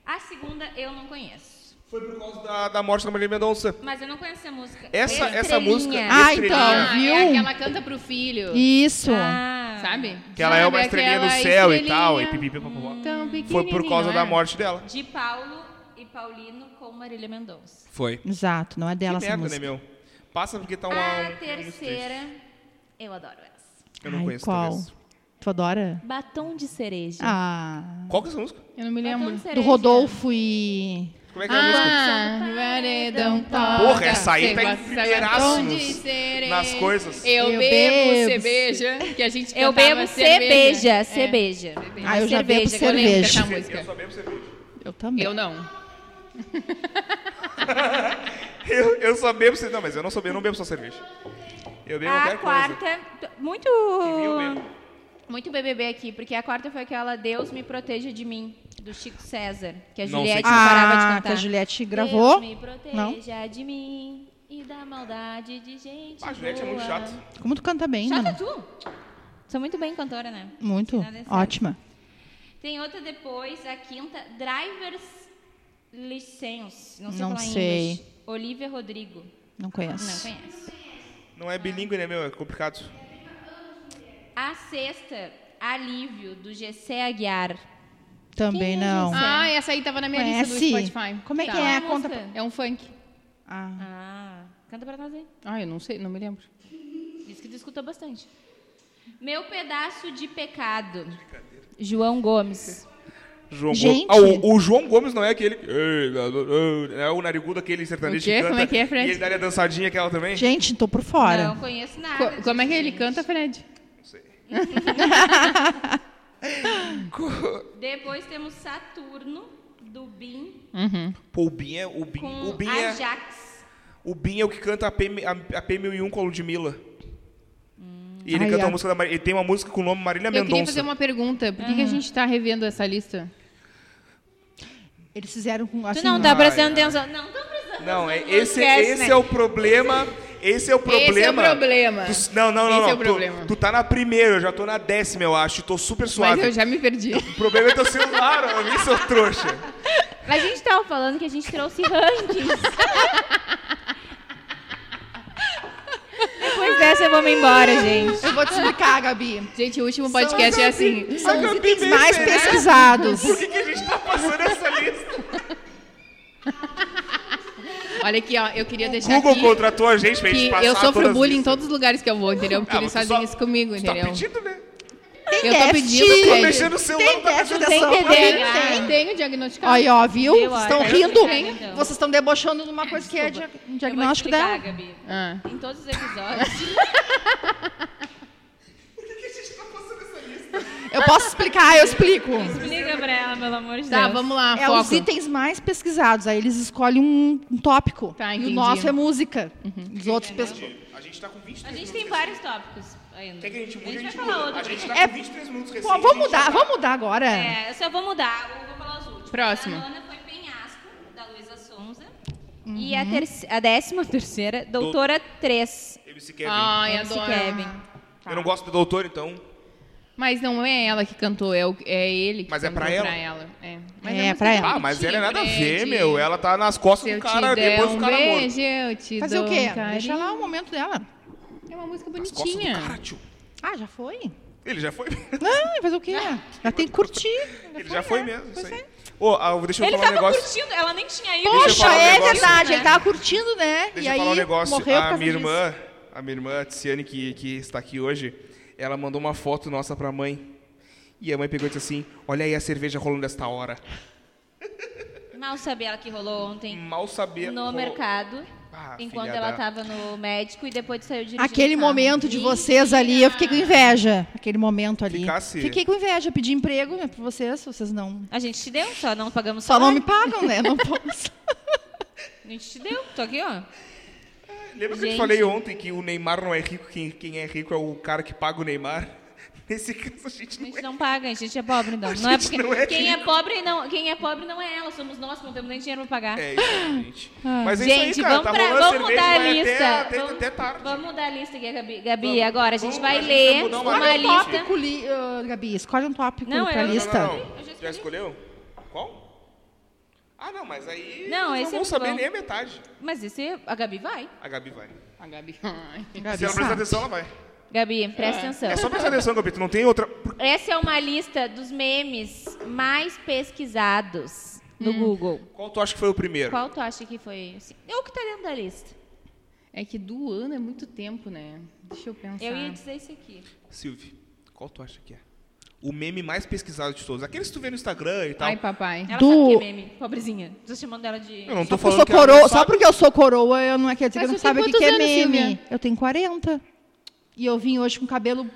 B: A segunda eu não conheço.
A: Foi por causa da, da morte da Marília Mendonça.
B: Mas eu não conheço essa música.
A: Essa- essa
B: Estrelinha.
A: música-
C: Ah,
A: Estrelinha.
C: então,
D: Ah,
C: viu?
D: é aquela canta pro filho,
C: Isso.
B: Ah.
D: sabe?
A: Que ela é uma
D: Sabe,
A: estrelinha do
D: aquela
A: céu e tal. E
D: estrelinha
A: pipi, hum,
D: tão
A: Foi por causa
D: pequenininha,
A: da
D: né?
A: morte dela.
B: De Paulo e Paulino com Marília Mendonça.
A: Foi.
C: Exato, não é
A: Que
C: dela essa
A: merda, né,
C: música.
A: meu? Passa porque
D: Ah,
A: tá uma... um-
B: A
A: um-
B: terceira, eu adoro essa.
A: Eu não
C: Ai,
A: conheço,
C: qual?
A: talvez.
C: Tu adora?
B: Batom de cereja.
C: Ah.
A: Qual que é essa música?
D: Eu não me
B: Batom de
D: lembro.
B: cereja.
C: Do Rodolfo e.
A: Como é que é a música?
D: Ah, paredão toca.
A: Porra, essa aí tá em
D: Você gosta
A: primeiraço
D: batom
A: nos-
D: de cereja.
A: nas coisas.
D: Eu,
C: Eu
D: bebo
C: bebo
D: cerveja, que a gente
B: Eu
D: cantava
B: bebo
D: cerveja.
B: cerveja, É. cerveja.
C: Ah, eu já bebo
B: que eu lembro
D: cerveja.
B: dessa
D: Essa música.
A: Eu só bebo cerveja.
C: Eu também.
D: É. Eu não.
A: Eu, eu só bebo cerveja. Não, mas eu não sou, eu não bebo só cerveja. Eu
D: Ah,
A: bebo
B: A
A: qualquer coisa.
B: quarta, é t- muito
A: viu mesmo.
B: muito BBB aqui, porque a quarta foi aquela Deus me proteja de mim, do Chico César, que a
A: Não
B: Juliette
A: sei
B: não
A: quem
B: parava de
C: Ah,
B: cantar.
C: que a Juliette gravou.
B: Deus me proteja
C: Não.
B: de mim e da maldade de gente
A: Ah, Juliette é muito
B: boa.
A: chato.
C: Como tu canta bem,
B: Chata
C: mano?
B: tu? Sou muito bem cantora, né?
C: Muito.
B: Nada é certo.
C: Ótima.
B: Tem outra depois, a quinta, Driver's License, não sei
C: Não
B: falar em
C: sei.
B: inglês. Olivia Rodrigo,
C: Não
B: não
C: conheço.
B: conhece.
A: Não é bilíngue, né, meu? É complicado.
B: A sexta, Alívio, do GC Aguiar.
C: Também
B: Quem é
C: não.
B: Gisele?
D: Ah, essa aí tava na minha
C: Conhece?
D: lista do Spotify.
C: Como é
D: Tá.
C: que é?
B: Qual
C: Conta.
B: música?
D: É um funk.
C: Ah.
B: Ah, canta pra nós aí.
D: Ah, eu não sei, não me lembro.
B: Diz que tu escuta bastante. Meu pedaço de pecado. João Gomes.
A: João
C: Gente.
A: Gomes. Ah, o, o João Gomes não é aquele. Ei, gado- ei, É o narigudo aquele sertanejo
D: O quê?
A: que canta.
D: Como é que é, Fred?
A: E ele daria dançadinha aquela também?
C: Gente, tô por fora.
B: Não conheço nada.
D: Co- como é que ele canta, Fred?
A: Não sei.
B: [laughs] Depois temos Saturno, do Bim,
A: Pô, o Bin é. O Bin,
B: com
A: o Bin é,
B: Ajax.
A: o Bin é o que canta a, P, a, a P1001 com a Ludmilla. E ele
C: Ai,
A: canta
C: a-
A: uma música da Mar... Ele tem uma música com o nome Marília
D: Hum. Eu queria
A: Mendonça.
D: fazer uma pergunta. Por que,
C: Uhum.
D: que a gente tá revendo essa lista?
C: Eles fizeram com. Assim,
B: tu não
C: ó.
B: tá
A: ai,
B: prestando
A: ai.
B: atenção. Não tô prestando
A: Não,
B: atenção.
A: é,
B: no
A: esse,
B: podcast,
A: esse
B: né?
A: é o problema. Esse é o
D: é o
A: problema.
D: problema.
A: Tu- não, não, não.
D: Esse
A: não.
D: é o
A: Tu-
D: problema.
A: Tu, tá na primeira, eu já tô na décima, eu acho. Tô super suave.
D: Mas eu já me perdi. [laughs]
A: O problema é teu celular, ô, seu trouxa.
B: Mas a gente tava falando que a gente trouxe [laughs] rankings. Depois dessa eu vou me embora, gente.
C: Eu vou te explicar, Gabi.
D: Gente, o último podcast
C: um
D: é assim.
C: São os
A: Gabi
C: itens
A: bem
C: mais
A: feliz.
C: pesquisados.
A: Por que, que a gente tá passando essa lista?
D: Olha aqui, ó. Eu queria deixar
A: Google
D: aqui
A: contratou a gente pra gente
D: que
A: passar
D: eu sofro
A: todas
D: bullying em
A: as listas.
D: todos os lugares que eu vou, entendeu? Porque
A: Ah,
D: eles
A: mas tu
D: fazem
A: só-
D: isso comigo,
A: Tu tá
D: entendeu?
A: pedindo, né?
D: eu tô
C: déficit.
D: pedindo, É,
A: Tô
D: Fred.
A: deixando o celular
C: Tem
A: não tá
C: déficit
A: prestando
C: de
A: atenção. [laughs]
C: atenção.
B: né?
D: Tenho, tenho diagnosticado.
C: Aí, ó, viu?
B: Viu, ó,
C: Vocês estão
B: tá
C: rindo?
B: explicado, então.
C: Vocês estão debochando de uma coisa que é dia- um
B: Eu vou te
C: diagnóstico
B: explicar,
C: dela.
B: Gabi.
D: Ah.
B: Em todos os [laughs] episódios.
A: tá
C: Eu posso explicar, eu explico.
B: Explica pra ela, pelo amor de
D: Tá,
B: Deus.
D: vamos lá,
C: É
D: foco.
C: os itens mais pesquisados. Aí eles escolhem um, um tópico.
D: Tá,
C: e o
D: entendi.
C: nosso é música.
B: Uhum.
C: Os outros pesqu-
A: A gente tá com 23
B: A gente tem
A: minutos.
B: vários tópicos ainda.
A: Quer que a gente mude?
B: a gente vai
A: muda.
B: falar outro.
A: A gente tá
C: É-
A: com 23 minutos recém.
C: Pô, vamos mudar, vamos mudar agora.
B: É, eu só vou mudar, eu vou falar os últimos.
D: Próximo.
B: A nona foi Penhasco, da Luísa Sonza.
C: Uhum.
B: E a, terce- a décima terceira, Doutora 3,
A: MC Kevin.
C: É
D: Ai,
B: MC
D: adoro.
B: Kevin.
A: Eu não gosto do doutor, então.
D: Mas não é ela que cantou, é, o- é ele que
A: Mas é
D: cantou
A: pra ela.
D: É,
C: É,
D: a música
C: pra
D: é
C: ela.
A: Ah, mas ela
D: bonitinha,
A: é nada a ver,
D: Fred.
A: meu. Ela tá nas costas
D: Se eu
A: do cara,
D: te der
A: depois
D: um
A: o cara morre.
D: beijo, eu te
C: Fazer
D: dou
C: o quê?
D: um carinho.
C: Deixa lá o momento dela.
D: É uma música
A: Nas costas do
D: bonitinha.
A: cara, tio.
C: Ah, já foi?
A: Ele já foi.
C: Não, né? vai fazer o quê? Já tem que curtir.
A: Ele já foi mesmo.
C: Pois
A: Isso aí.
C: é.
A: Ô, ah, deixa eu
B: Ele
A: falar um
B: tava
A: negócio.
B: curtindo, ela nem tinha ido.
A: Deixa eu
C: Poxa,
A: falar um
C: é
A: negócio.
C: verdade. Ele tava curtindo, né?
A: Deixa
C: e
A: eu
C: aí
A: falar um negócio.
C: morreu por
A: a
C: causa
A: minha
C: disso.
A: irmã, a minha irmã, a Tiziane, que, que está aqui hoje, ela mandou uma foto nossa pra mãe. E a mãe pegou e disse assim: Olha aí a cerveja rolando esta hora.
B: Mal sabia ela que rolou ontem
A: Mal sabia.
B: no
A: rolou-
B: mercado,
A: Ah,
B: enquanto
A: filha da-
B: ela estava no médico e depois saiu dirigindo.
C: Aquele
B: o carro.
C: momento de vocês ali, eu fiquei com inveja. Aquele momento ali.
A: Ficasse-
C: Fiquei com inveja, pedi emprego né, pra vocês, vocês não.
B: A gente te deu, só não pagamos
C: Só não
B: salário.
C: me pagam, né? [laughs] Não posso.
B: A gente te deu, tô aqui, ó.
A: Lembra que eu te
B: Gente.
A: falei ontem que o Neymar não é rico, quem, quem é rico é o cara que paga o Neymar? [laughs] Nesse caso, a gente
B: A
A: não
B: gente
A: é.
B: não paga, a gente é pobre, então.
A: A
B: Não é
A: gente
B: porque
A: não é
B: quem é pobre não, quem é pobre não é ela, somos nós que não temos nem dinheiro pra pagar.
A: É isso, aí, gente. Mas é
B: gente,
A: isso aí, cara.
B: vamos,
A: tá
B: pra-
A: rolando
B: vamos
A: cerveja,
B: mudar a
A: vai
B: lista.
A: Até, até,
B: vamos,
A: até tarde.
B: vamos mudar a lista aqui, Gabi. Gabi,
A: Vamos,
B: agora a gente
A: vamos, a
B: vai
A: gente vai
B: ler
A: mudar uma
B: uma,
A: lista.
B: lista.
C: Tópico, li, ah, Gabi, escolhe um tópico
B: Não,
C: pra
B: eu-
C: lista.
A: Não, não,
B: Eu já
A: não. Já
B: escolhi.
A: escolheu? Qual? Ah, não, mas aí.
B: Não,
A: eles
B: esse
A: não vão
B: é muito
A: saber
B: bom.
A: nem a metade.
B: Mas esse, a Gabi vai.
A: A Gabi vai.
D: A Ah, Gabi. Ai.
C: Gabi,
A: Se ela prestar
C: sabe?
A: atenção, ela vai.
B: Gabi, presta atenção.
A: É só prestar atenção, Gabi. Tu não tem outra. Por-
B: Essa é uma lista dos memes mais pesquisados no Google.
A: Qual tu acha que foi o primeiro?
B: Qual tu acha que foi? assim, É o que tá dentro da lista.
D: É que do ano é muito tempo, né? Deixa eu pensar.
B: Eu ia dizer isso aqui.
A: Silvio, qual tu acha que é? O meme mais pesquisado de todos. Aqueles que tu vê no Instagram e tal.
D: Ai, papai.
B: Ela
C: Do-
B: sabe que é meme, pobrezinha. Tô chamando ela de...
A: eu não tô
C: Só porque eu
A: falando
C: sou
A: que é ela não
C: coroa-
A: sabe.
C: só porque eu sou coroa, eu não é quer dizer
D: Mas
C: que eu não
D: tu tem
C: sabe o que,
D: quantos
C: que é
D: anos,
C: meme.
D: Silvia?
C: Eu tenho 40. E eu vim hoje com cabelo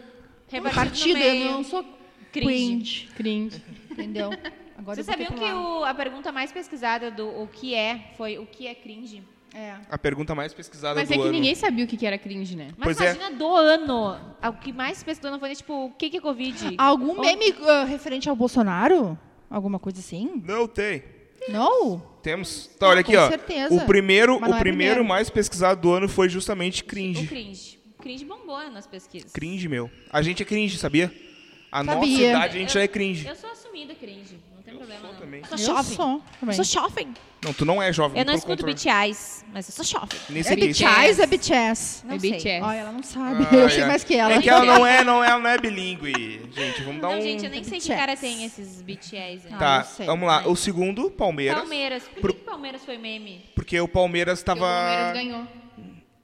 B: Repartido
C: partido,
B: no meio.
C: eu não sou
B: Cringe.
C: cringe,
D: Cringe.
C: entendeu? Agora
B: Vocês
C: eu botei
B: sabiam
C: pra
B: que
C: lá.
B: o- a pergunta mais pesquisada do o que é foi o que é cringe?
C: É.
A: A pergunta mais pesquisada
D: Mas
A: do
D: é que
A: ano.
D: ninguém sabia o que que era cringe, né?
B: Mas
A: Pois é.
B: imagina do ano. O que mais pesquisou não foi nem, tipo, o que que é
A: [laughs]
B: Covid?
C: Algum meme ah, referente ao Bolsonaro? Alguma coisa assim?
A: Não tem.
C: Não?
A: Temos. Tá, olha aqui, ó.
C: certeza.
A: O primeiro,
C: Mas não
A: o
C: é
A: primeiro
C: primeiro.
A: mais pesquisado do ano foi justamente
B: O
A: cringe.
B: cringe. O cringe bombou nas pesquisas.
A: Cringe, meu. A gente é cringe, sabia? A
C: Sabia.
A: nossa idade a gente já é cringe.
B: Eu sou assumida cringe, não tem problema
A: sou
B: não.
A: também.
B: Eu sou
C: Eu
B: jovem.
C: sou.
B: Eu
C: também.
B: sou jovem.
A: Não, tu não é jovem.
B: Eu não
A: pelo
B: escuto
A: contrário.
B: Beat Eyes, mas eu sou jovem.
A: Nem
C: É
A: sei quem
C: BTS, é BTS.
B: Não
D: é
B: sei.
D: BTS.
C: Olha, ela não sabe.
A: Ah,
C: eu sei
A: é.
C: mais que ela.
A: É que ela não é, não é, não é bilíngue. Gente, vamos dar
B: Não,
A: um.
B: gente, eu nem sei que
C: BTS.
B: cara tem esses Beat Eyes. Né?
C: Ah,
A: Tá,
C: eu sei.
A: vamos lá. O segundo, Palmeiras.
B: Palmeiras. Por
A: Pro-
B: que que Palmeiras foi meme?
A: Porque o Palmeiras
D: Porque
A: tava.
D: O Palmeiras ganhou.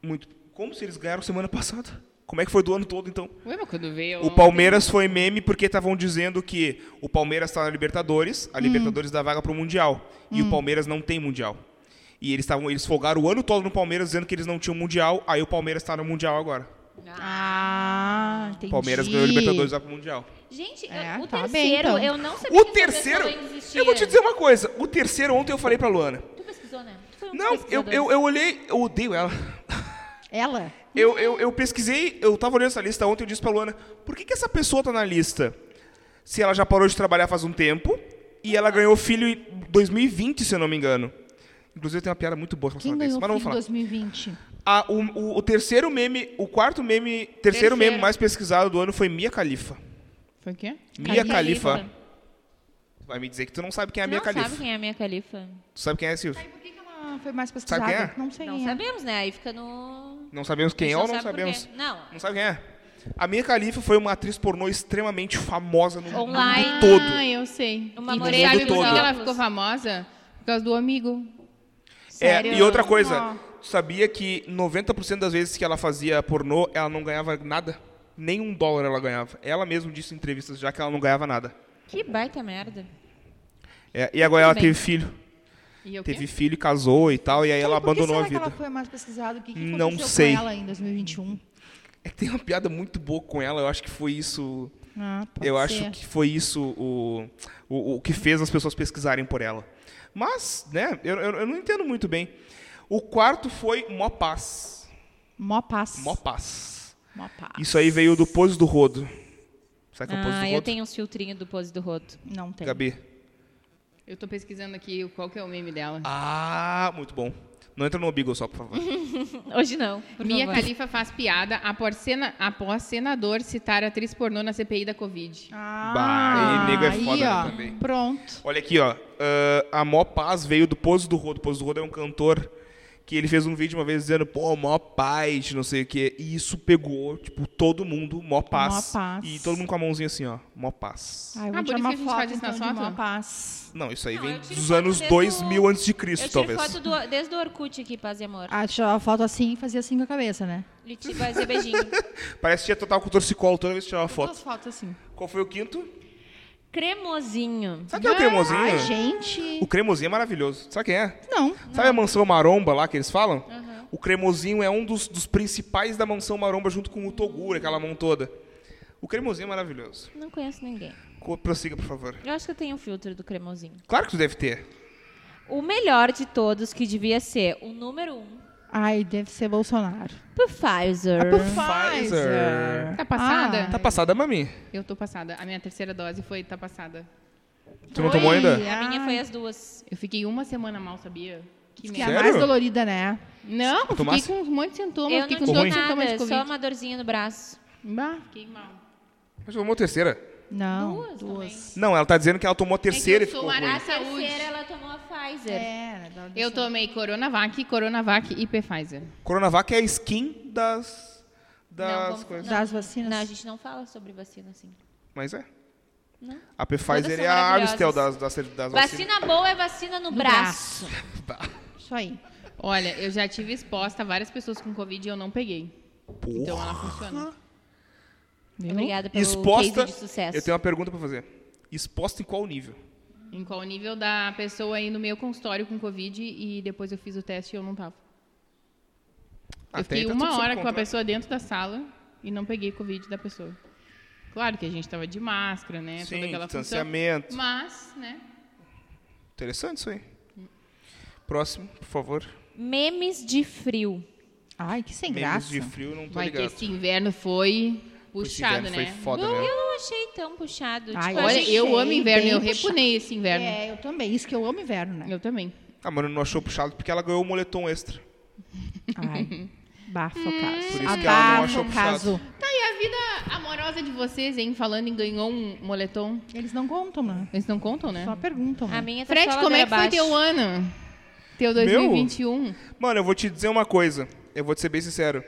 A: Muito. Como se eles ganharam semana passada? Como é que foi do ano todo, então?
D: Ué, mas quando veio...
A: O Palmeiras foi meme porque estavam dizendo que o Palmeiras está na Libertadores, a Libertadores dá vaga pro Mundial. E o Palmeiras não tem Mundial. E eles, tavam, eles folgaram o ano todo no Palmeiras dizendo que eles não tinham Mundial, aí o Palmeiras tá no Mundial agora.
C: Ah, entendi.
A: O Palmeiras ganhou a Libertadores vai pro Mundial.
B: Gente,
C: É,
B: eu- o
C: tá
B: terceiro,
C: bem, então.
B: eu não sabia
A: O
B: que essa
A: terceiro.
B: pessoa ainda existia.
A: Eu vou te dizer uma coisa. O terceiro, ontem eu falei pra Luana.
B: Tu pesquisou, né? Tu foi um dos
A: Não, eu, eu, é
B: pesquisadores.
A: eu olhei. Eu odeio ela.
C: Ela?
A: Eu, eu, eu pesquisei, eu tava olhando essa lista ontem, eu disse pra Luana, por que, que essa pessoa tá na lista? Se ela já parou de trabalhar faz um tempo e ela ganhou filho em 2020, se eu não me engano. Inclusive tem uma piada muito boa em relação
C: Quem
A: a isso,
C: ganhou
A: mas
C: o
A: não vou
C: filho em
A: falar.
C: 2020?
A: Ah, o, o- o terceiro meme, o quarto meme, terceiro
D: Terceiro.
A: meme mais pesquisado do ano foi Mia Khalifa.
D: Foi o quê?
A: Mia
B: Khalifa.
A: Khalifa. Vai me dizer que tu não sabe quem é a
B: Tu
A: Mia
B: não sabe
A: Khalifa.
B: quem é a minha califa?
A: Tu sabe quem é, Silvio?
C: Por que, que ela foi mais
A: quem
C: pesquisada?
A: é?
C: Não sei.
B: Não
C: quem é.
B: sabemos, né? Aí fica no...
A: Não sabemos
B: A
A: quem é
B: gente
A: ou não
B: sabe por
A: sabemos?
B: quê. Não.
A: Não sabe quem é? A Mia Khalifa foi uma atriz pornô extremamente famosa no
B: Online.
A: mundo todo.
D: Ah, eu sei.
B: Uma
D: e tu
B: morena
D: sabe
A: do
D: por que
A: todo.
D: ela ficou famosa? Por causa do amigo.
A: É,
B: Sério?
A: e outra coisa,
C: Ó.
A: tu sabia que 90% das vezes que ela fazia pornô, ela não ganhava nada? Nem um dólar ela ganhava. Ela mesma disse em entrevistas já que ela não ganhava nada.
B: Que baita merda.
A: É, e agora ela
B: Tudo bem.
A: teve filho.
D: E eu
A: Teve filho, e casou e tal, e aí ela
C: Então, por que
A: abandonou a
C: será
A: vida.
C: Que ela foi mais pesquisada? O que, que
A: Não
C: aconteceu
A: sei.
C: com ela em 2021?
A: É que tem uma piada muito boa com ela, eu acho que foi isso.
C: Ah, pode
A: eu
C: ser.
A: acho que foi isso o, o, o que fez as pessoas pesquisarem por ela. Mas, né, eu, eu, eu não entendo muito bem. O quarto foi Mó Paz.
C: Mó paz.
A: Mó Paz.
C: Mó paz.
A: Isso aí veio do Pose do Rodo. Será que é o Pose do
B: Ah,
A: Rodo?
B: eu tenho uns filtrinhos do pose do roto.
C: Não tem.
A: Gabi.
D: Eu tô pesquisando aqui qual que é o meme dela.
A: Ah, muito bom. Não entra no Obigo só, por favor.
B: Hoje não. por
D: Mia
B: favor.
D: Khalifa faz piada após, sena- após senador citar atriz pornô na CPI da Covid.
C: Ah,
A: Bah, aí nego é foda,
C: aí,
A: né,
C: ó,
A: também.
C: Pronto.
A: Olha aqui, ó. Ah, a Mó Paz veio do Pozo do Rodo. O Pozo do Rodo é um cantor que ele fez um vídeo uma vez dizendo, pô, Mó Paz, não sei o quê. E isso pegou, tipo, todo mundo, Mó Paz.
C: Mó Paz.
A: E todo mundo com a mãozinha assim, ó. Mó Paz.
C: Ai, eu
D: Ah,
C: vou
D: por
C: tirar
D: isso
C: uma
D: que a gente
C: foto,
D: faz isso
C: então,
D: na
C: de
D: foto?
C: mó paz.
A: Não, isso aí
B: Não,
A: vem
B: eu tiro
A: dos
B: foto
A: anos
B: desde
A: 2000
B: o-
A: antes de
B: Eu
A: Cristo,
B: tirei
A: talvez.
B: foto do, desde o Orkut aqui, paz e amor.
C: Ah, tirar uma foto assim e fazia assim com a cabeça, né?
B: E te fazer beijinho.
A: Parece que tinha total com torcicolo toda vez que tirava foto.
C: Duas fotos assim.
A: Qual foi o quinto?
B: [laughs] Cremosinho.
A: Sabe quem é o cremosinho?
C: Ai, gente.
A: O cremosinho é maravilhoso. Sabe quem é?
C: Não.
A: Sabe a mansão maromba lá que eles falam?
B: Uhum.
A: O cremosinho é um dos, dos principais da mansão maromba junto com o Togura, aquela mão toda. O cremosinho é maravilhoso.
B: Não conheço ninguém.
A: Co- Prossiga, por favor.
B: Eu acho que eu tenho o filtro do cremosinho.
A: Claro que tu deve ter.
B: O melhor de todos, que devia ser o número um,
C: Ai, deve ser Bolsonaro.
A: É
B: Pfizer.
A: Pfizer.
D: Tá passada?
A: Tá passada, mami.
D: Eu tô passada. A minha terceira dose foi tá passada.
A: Tu não tomou
C: Oi.
A: ainda?
B: A minha foi as duas.
D: Eu fiquei uma semana mal, sabia? Que
C: Que
D: merda.
C: é a
A: Sério?
C: mais dolorida, né?
D: Não, eu fiquei
A: tomasse?
D: com um monte de sintomas.
B: eu
D: fiquei
B: não
D: com
B: tive
D: todos os sintomas de
B: nada, só
D: Covid.
B: uma dorzinha no braço.
D: Bah, fiquei mal.
A: Mas tomou a terceira?
C: Não.
B: Duas
A: Não, ela tá dizendo que ela tomou a terceira
D: É
A: e
D: que eu
A: ficou
D: sou
A: ruim.
D: maraca.
B: Terceira,
D: Saúde.
B: ela tomou a Pfizer.
C: É, dá-
D: Eu tomei Coronavac, Coronavac e Pfizer.
A: Coronavac é a skin das,
B: Não,
A: das
B: vamos-
A: coisas.
C: das vacinas.
B: Não, a gente não fala sobre vacina assim.
A: Mas é.
B: Não.
A: A Pfizer
B: são
A: é a
B: maravilhosas.
A: Amistel das, das, das vacinas.
B: Vacina boa é vacina no,
C: No
B: braço.
C: braço. Isso aí.
D: Olha, eu já tive exposta a várias pessoas com Covid e eu não peguei. Então ela funciona. Viu?
B: Obrigada pelo
A: Exposta.
B: case de sucesso.
A: Eu tenho uma pergunta pra fazer. Exposta em qual nível?
D: Em qual nível da pessoa aí no meu consultório com Covid e depois eu fiz o teste e eu não tava. eu
A: Até aí
D: fiquei
A: tá tudo
D: uma
A: sob
D: hora com a
A: controle.
D: pessoa dentro da sala e não peguei Covid da pessoa. Claro que a gente tava de máscara, né?
A: Sim,
D: Toda aquela função.
A: distanciamento.
D: Mas, né?
A: Interessante isso aí. Próximo, por favor.
B: Memes de frio.
C: Ai, que sem
A: Memes
C: graça.
A: de frio, não tô
D: Vai que
A: ligado.
D: esse inverno foi
A: Esse
D: puxado,
A: inverno
D: né?
A: Foi foda,
B: Não,
A: né?
B: eu não achei tão puxado.
C: Ai,
B: tipo, a
D: Olha,
B: gente-
D: eu
C: achei
D: amo inverno,
C: bem
D: eu
C: puxado.
D: repunei esse inverno.
C: É, eu também. Isso que eu amo inverno, né?
D: Eu também.
A: Ah, mano, não achou puxado porque ela ganhou o moletom extra.
C: Ai. Bafo
D: Hum.
C: caso.
A: Por isso
C: Ah,
A: que ela não
C: bafo
A: achou puxado.
C: caso.
D: Tá, e a vida amorosa de vocês, hein? Falando em ganhou um moletom.
C: Eles não contam, né?
D: Eles não contam, né?
C: Só perguntam.
B: A
C: Né?
B: minha tá
D: Fred,
B: só
D: como é
B: ladeira
D: que foi
B: abaixo.
D: teu ano? Teu 2021?
A: Mano, eu vou te dizer uma coisa. Eu vou te ser bem sincero.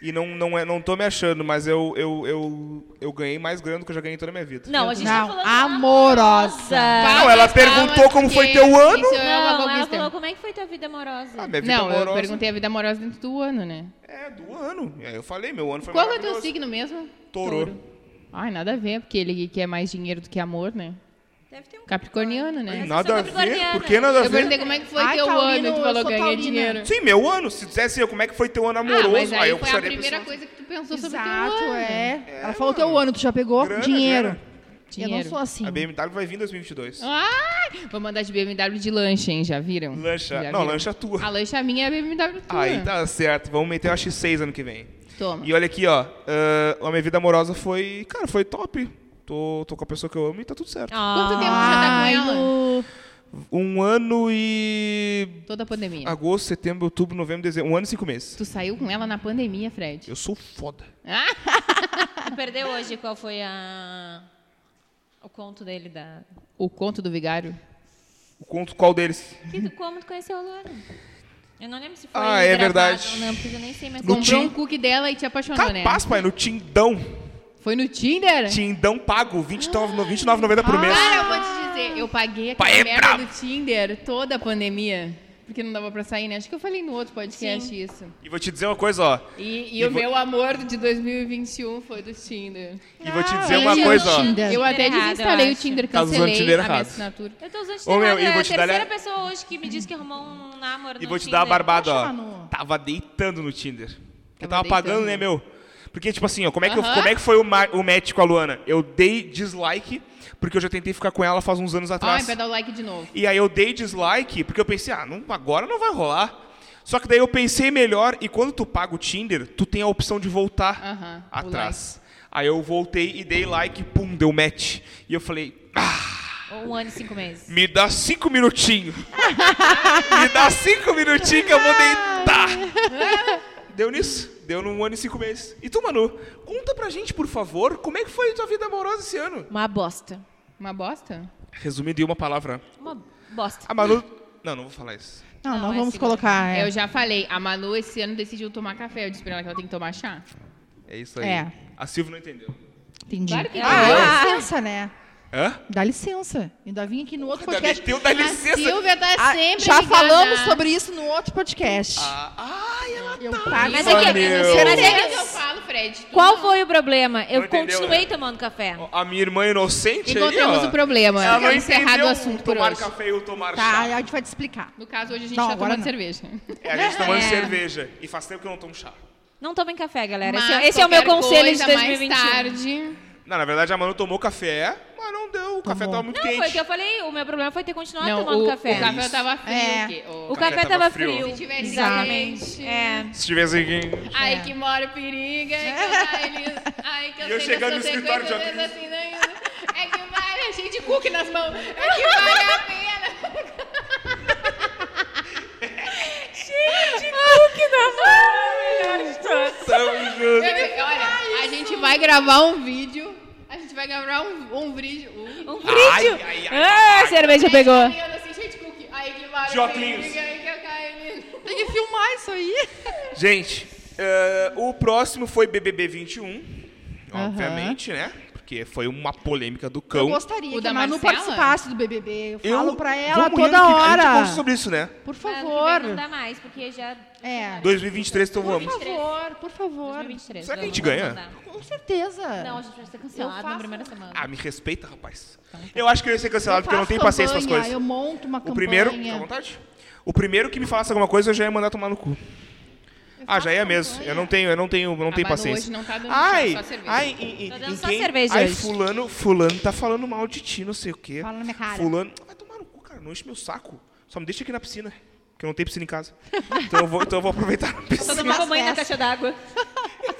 A: E não, não, é, não tô me achando, mas eu, eu, eu, eu ganhei mais grana do que eu já ganhei em toda a minha vida.
B: Não, a gente
C: Não,
B: tá falando
C: amorosa.
D: Ah,
B: amorosa.
A: Não, ela perguntou como foi teu ano.
D: Isso é uma
B: Não, ela
D: babaquista.
B: falou como é que foi tua vida amorosa.
A: Ah, minha vida
D: Não,
A: amorosa.
D: eu perguntei a vida amorosa dentro do ano, né?
A: É, do ano. É, eu falei, meu ano foi
D: Qual é o
A: maravilhoso.
D: teu signo mesmo?
A: Touro.
D: Ai, nada a ver, porque ele quer mais dinheiro do que amor, né?
B: Deve ter um
D: Capricorniano,
A: Ai,
D: né?
A: Nada a ver?
B: capricorniana.
A: Por que nada a
D: Eu perguntei
A: ver?
D: como é que foi
C: Ai,
D: teu
C: taurino,
D: ano e tu
C: eu
D: falou
C: sou
D: ganhei
C: taurina.
D: dinheiro.
A: Sim, meu ano. Se dissesse eu, como é que foi teu ano
D: Ah,
A: amoroso,
D: mas aí,
A: eu
D: foi a
A: puxaria
D: primeira
A: pessoa.
D: coisa que tu pensou sobre o teu
C: Exato,
D: ano.
C: é. Ela falou teu ano, tu já pegou?
A: Grana,
C: Dinheiro.
A: grana. É
C: Eu
D: Dinheiro. Ah,
C: não sou assim.
A: A BMW vai vir em 2022.
D: Ai, vou mandar de BMW de lancha, hein? Já viram?
A: Lancha.
D: Já
A: não,
D: viram?
A: lancha tua.
D: A lancha minha é a BMW tua.
A: Aí tá certo. Vamos meter uma X6 ano que vem.
D: Toma.
A: E olha aqui, ó. ah, a minha vida amorosa foi. Cara, foi top. Tô, tô com a pessoa que eu amo e tá tudo certo.
D: Quanto tempo já tá com
C: Ai,
D: ela?
C: Lu.
A: Um ano e.
D: Toda a pandemia.
A: Agosto, setembro, outubro, novembro, dezembro. Um ano e cinco meses.
D: Tu saiu com ela na pandemia, Fred.
A: Eu sou foda.
D: Ah,
B: Tu perdeu hoje qual foi a... o conto dele da...
D: o conto do vigário.
A: O conto qual deles?
B: Que tu- como tu conheceu a Luana? Eu não lembro se foi
A: Ah, é
B: gravado
A: verdade.
B: ou não, porque eu nem sei mais
A: No
B: como.
A: Tim-
D: Comprou um cookie dela e te apaixonou, né?
A: Capaz, pai, no Tindão.
D: Foi no Tinder?
A: Tindão pago, R$ 29,90 29,90
D: Ah.
A: por mês.
D: Cara, eu vou te dizer, eu paguei aquela
A: Pai é
D: merda
A: brabo.
D: do Tinder toda a pandemia. Porque não dava pra sair, né? Acho que eu falei no outro podcast isso.
A: E vou te dizer uma coisa, ó.
D: E, e
A: E
D: o
A: vo-
D: meu amor de 2021 foi do Tinder.
A: E vou te
C: Ah,
A: dizer
C: eu
A: uma
C: já
A: coisa, ó.
C: tinha.
D: Eu até
B: Tinder errado,
D: desinstalei
B: eu
D: o Tinder,
A: Tá usando o
D: cancelei
A: Tinder
D: a minha
A: errado.
D: assinatura.
B: Eu tô usando de
A: Ô, meu,
B: errado,
A: e
B: é
A: vou
B: a
A: te dar-
B: terceira pessoa hoje que me diz que arrumou um namoro
A: E
B: no
A: vou te dar uma
B: Tinder.
A: barbada,
C: Poxa,
A: ó.
C: Manu.
A: Tava deitando no Tinder. Eu
D: Tava
A: tava pagando,
D: deitando.
A: né, meu? Porque, tipo assim, ó, como é que, eu-
D: Aham.
A: como é que foi o, ma- o match com a Luana? Eu dei dislike, porque eu já tentei ficar com ela faz uns anos
D: Ai,
A: atrás.
D: vai dar o like de novo.
A: E aí eu dei dislike, porque eu pensei, ah, não, agora não vai rolar. Só que daí eu pensei melhor, e quando tu paga o Tinder, tu tem a opção de voltar
D: Aham, o
A: atrás. Aí eu voltei e dei like, pum, deu match. E eu falei, ah,
B: Ou um ano e cinco meses.
A: me dá cinco minutinhos. me dá cinco minutinhos que eu vou deitar. Deu nisso? Deu num ano e cinco meses. E tu, Manu, conta pra gente, por favor, como é que foi a tua vida amorosa esse ano?
B: Uma bosta.
D: Uma bosta?
A: Resumindo em uma palavra.
B: Uma bosta.
A: A Ah, Manu... Não, não vou falar isso.
C: Não, não,
B: Não, é
C: vamos
B: segunda.
C: colocar. É.
D: Eu já falei, a Manu esse ano decidiu tomar café. Eu disse pra ela que ela tem que tomar chá.
A: É isso aí.
C: É.
A: A Silvia não entendeu.
C: Entendi.
D: Claro que é.
C: ah, dá licença, né?
A: Hã?
C: Dá licença. Ainda vim aqui no outro
A: Ainda
C: podcast.
A: meteu, dá
D: A
A: licença.
D: Silvia tá
C: Ah,
D: sempre
C: já
D: ligada.
C: falamos sobre isso no outro podcast.
A: Ah, ai, ela
C: Eu
A: tá.
C: pago
B: Mas
A: Isso,
B: é que-
A: meu.
B: mas é
D: Mas é que eu falo, Fred, Fred. tu
B: Qual
D: não.
B: foi o problema? Eu
A: Não entendeu,
B: continuei
A: né?
B: tomando café.
A: Ó, A minha irmã inocente
D: Encontramos
A: aí, ó,
D: o problema.
A: Ela não
D: encerrado
A: entendeu
D: o
A: o
D: assunto por
A: tomar
D: hoje.
A: café e o tomar
C: Tá,
A: chá.
C: a gente vai te explicar.
D: No caso, hoje a gente
C: Não,
D: está
C: agora
D: tomando
C: não.
D: cerveja.
A: É, a gente tomando
B: É.
A: cerveja. E faz tempo que eu não tomo chá.
B: Não tomem café, galera.
D: Mas
B: Esse, é- esse é o meu
D: qualquer
B: conselho de
D: coisa,
B: 2021.
D: Mais tarde,
A: Não, na verdade a Manu tomou café, mas não deu. O café tava muito
B: Não,
A: quente.
B: foi o que eu falei. O meu problema foi ter continuado
D: não,
B: tomando
D: o,
B: é café.
D: o café
A: Isso.
D: tava frio.
C: É.
D: que- o-
B: O café,
A: café
B: tava
A: tava
B: frio.
A: frio.
D: Se tivesse
B: Exatamente.
D: quente.
B: É.
A: Se tivesse aqui.
D: Ai,
C: É.
D: que moro periga.
C: [laughs]
D: Então, tá, eles... Ai, que eu,
A: E eu
D: sei
A: chegando
D: das
A: no escritório
D: consequências,
A: de
D: mas assim, não... É que vale, achei de cookie nas mãos. É que vale a
C: [laughs]
D: pena.
A: Tamo
C: [laughs]
A: junto.
D: Eu disse, Olha, a gente vai gravar um vídeo. A gente vai gravar um, um vídeo. Um...
B: Um frio.
A: Ai, ai, ai,
B: Ah, a cerveja pegou.
D: Aí, eu assim, cheio de cookie. Ai, que vale a
A: Joclinhos.
D: periga. Ai, que eu caí.
C: Tem que filmar isso aí.
A: Gente, eh, o próximo foi BBB 21. Obviamente, né? Porque foi uma polêmica do
C: Eu
A: cão.
C: gostaria
D: O
C: que
D: da
C: a Manu
D: Marcela?
C: participasse do BBB. Eu
A: Eu-
C: falo pra ela
A: vamos rindo
C: toda
A: que A gente
C: hora.
A: conversa sobre isso, né?
C: Por
B: Mas ano que vem
C: favor.
B: Não dá mais, porque já...
C: É.
A: 2023, então
C: Por
A: vamos.
C: favor, por favor.
B: 2023.
A: Será que a
B: vamos
A: gente ganha?
B: mandar.
C: Com certeza.
B: Não, a gente vai ser
C: Eu
B: cancelado
C: faço-
B: na primeira semana.
A: Ah, me respeita, rapaz.
C: Então,
A: Eu acho que eu ia ser cancelado porque eu não tenho paciência com as coisas.
C: Eu monto uma tá. campanha.
A: O primeiro. Fica à vontade? O primeiro que me falasse alguma coisa, eu já ia mandar tomar no cu. Ah, já ia mesmo. Eu não tenho, eu não tenho, eu não tenho
D: Manu
A: paciência.
D: hoje não tá dando chá,
A: ai,
D: só cerveja.
A: ai, e, e,
B: Tá dando
A: e
B: só
A: quem-
B: cerveja
A: ai,
B: hoje.
A: fulano, fulano tá falando mal de ti, não sei o quê.
C: Fala na minha cara.
A: Fulano, vai tomar no cu, cara, não enche meu saco. Só me deixa aqui na piscina, que eu não tenho piscina em casa. Então eu vou, então eu vou aproveitar a
B: Só
A: piscina. [laughs]
B: tomar banho na
C: festas.
B: caixa d'água.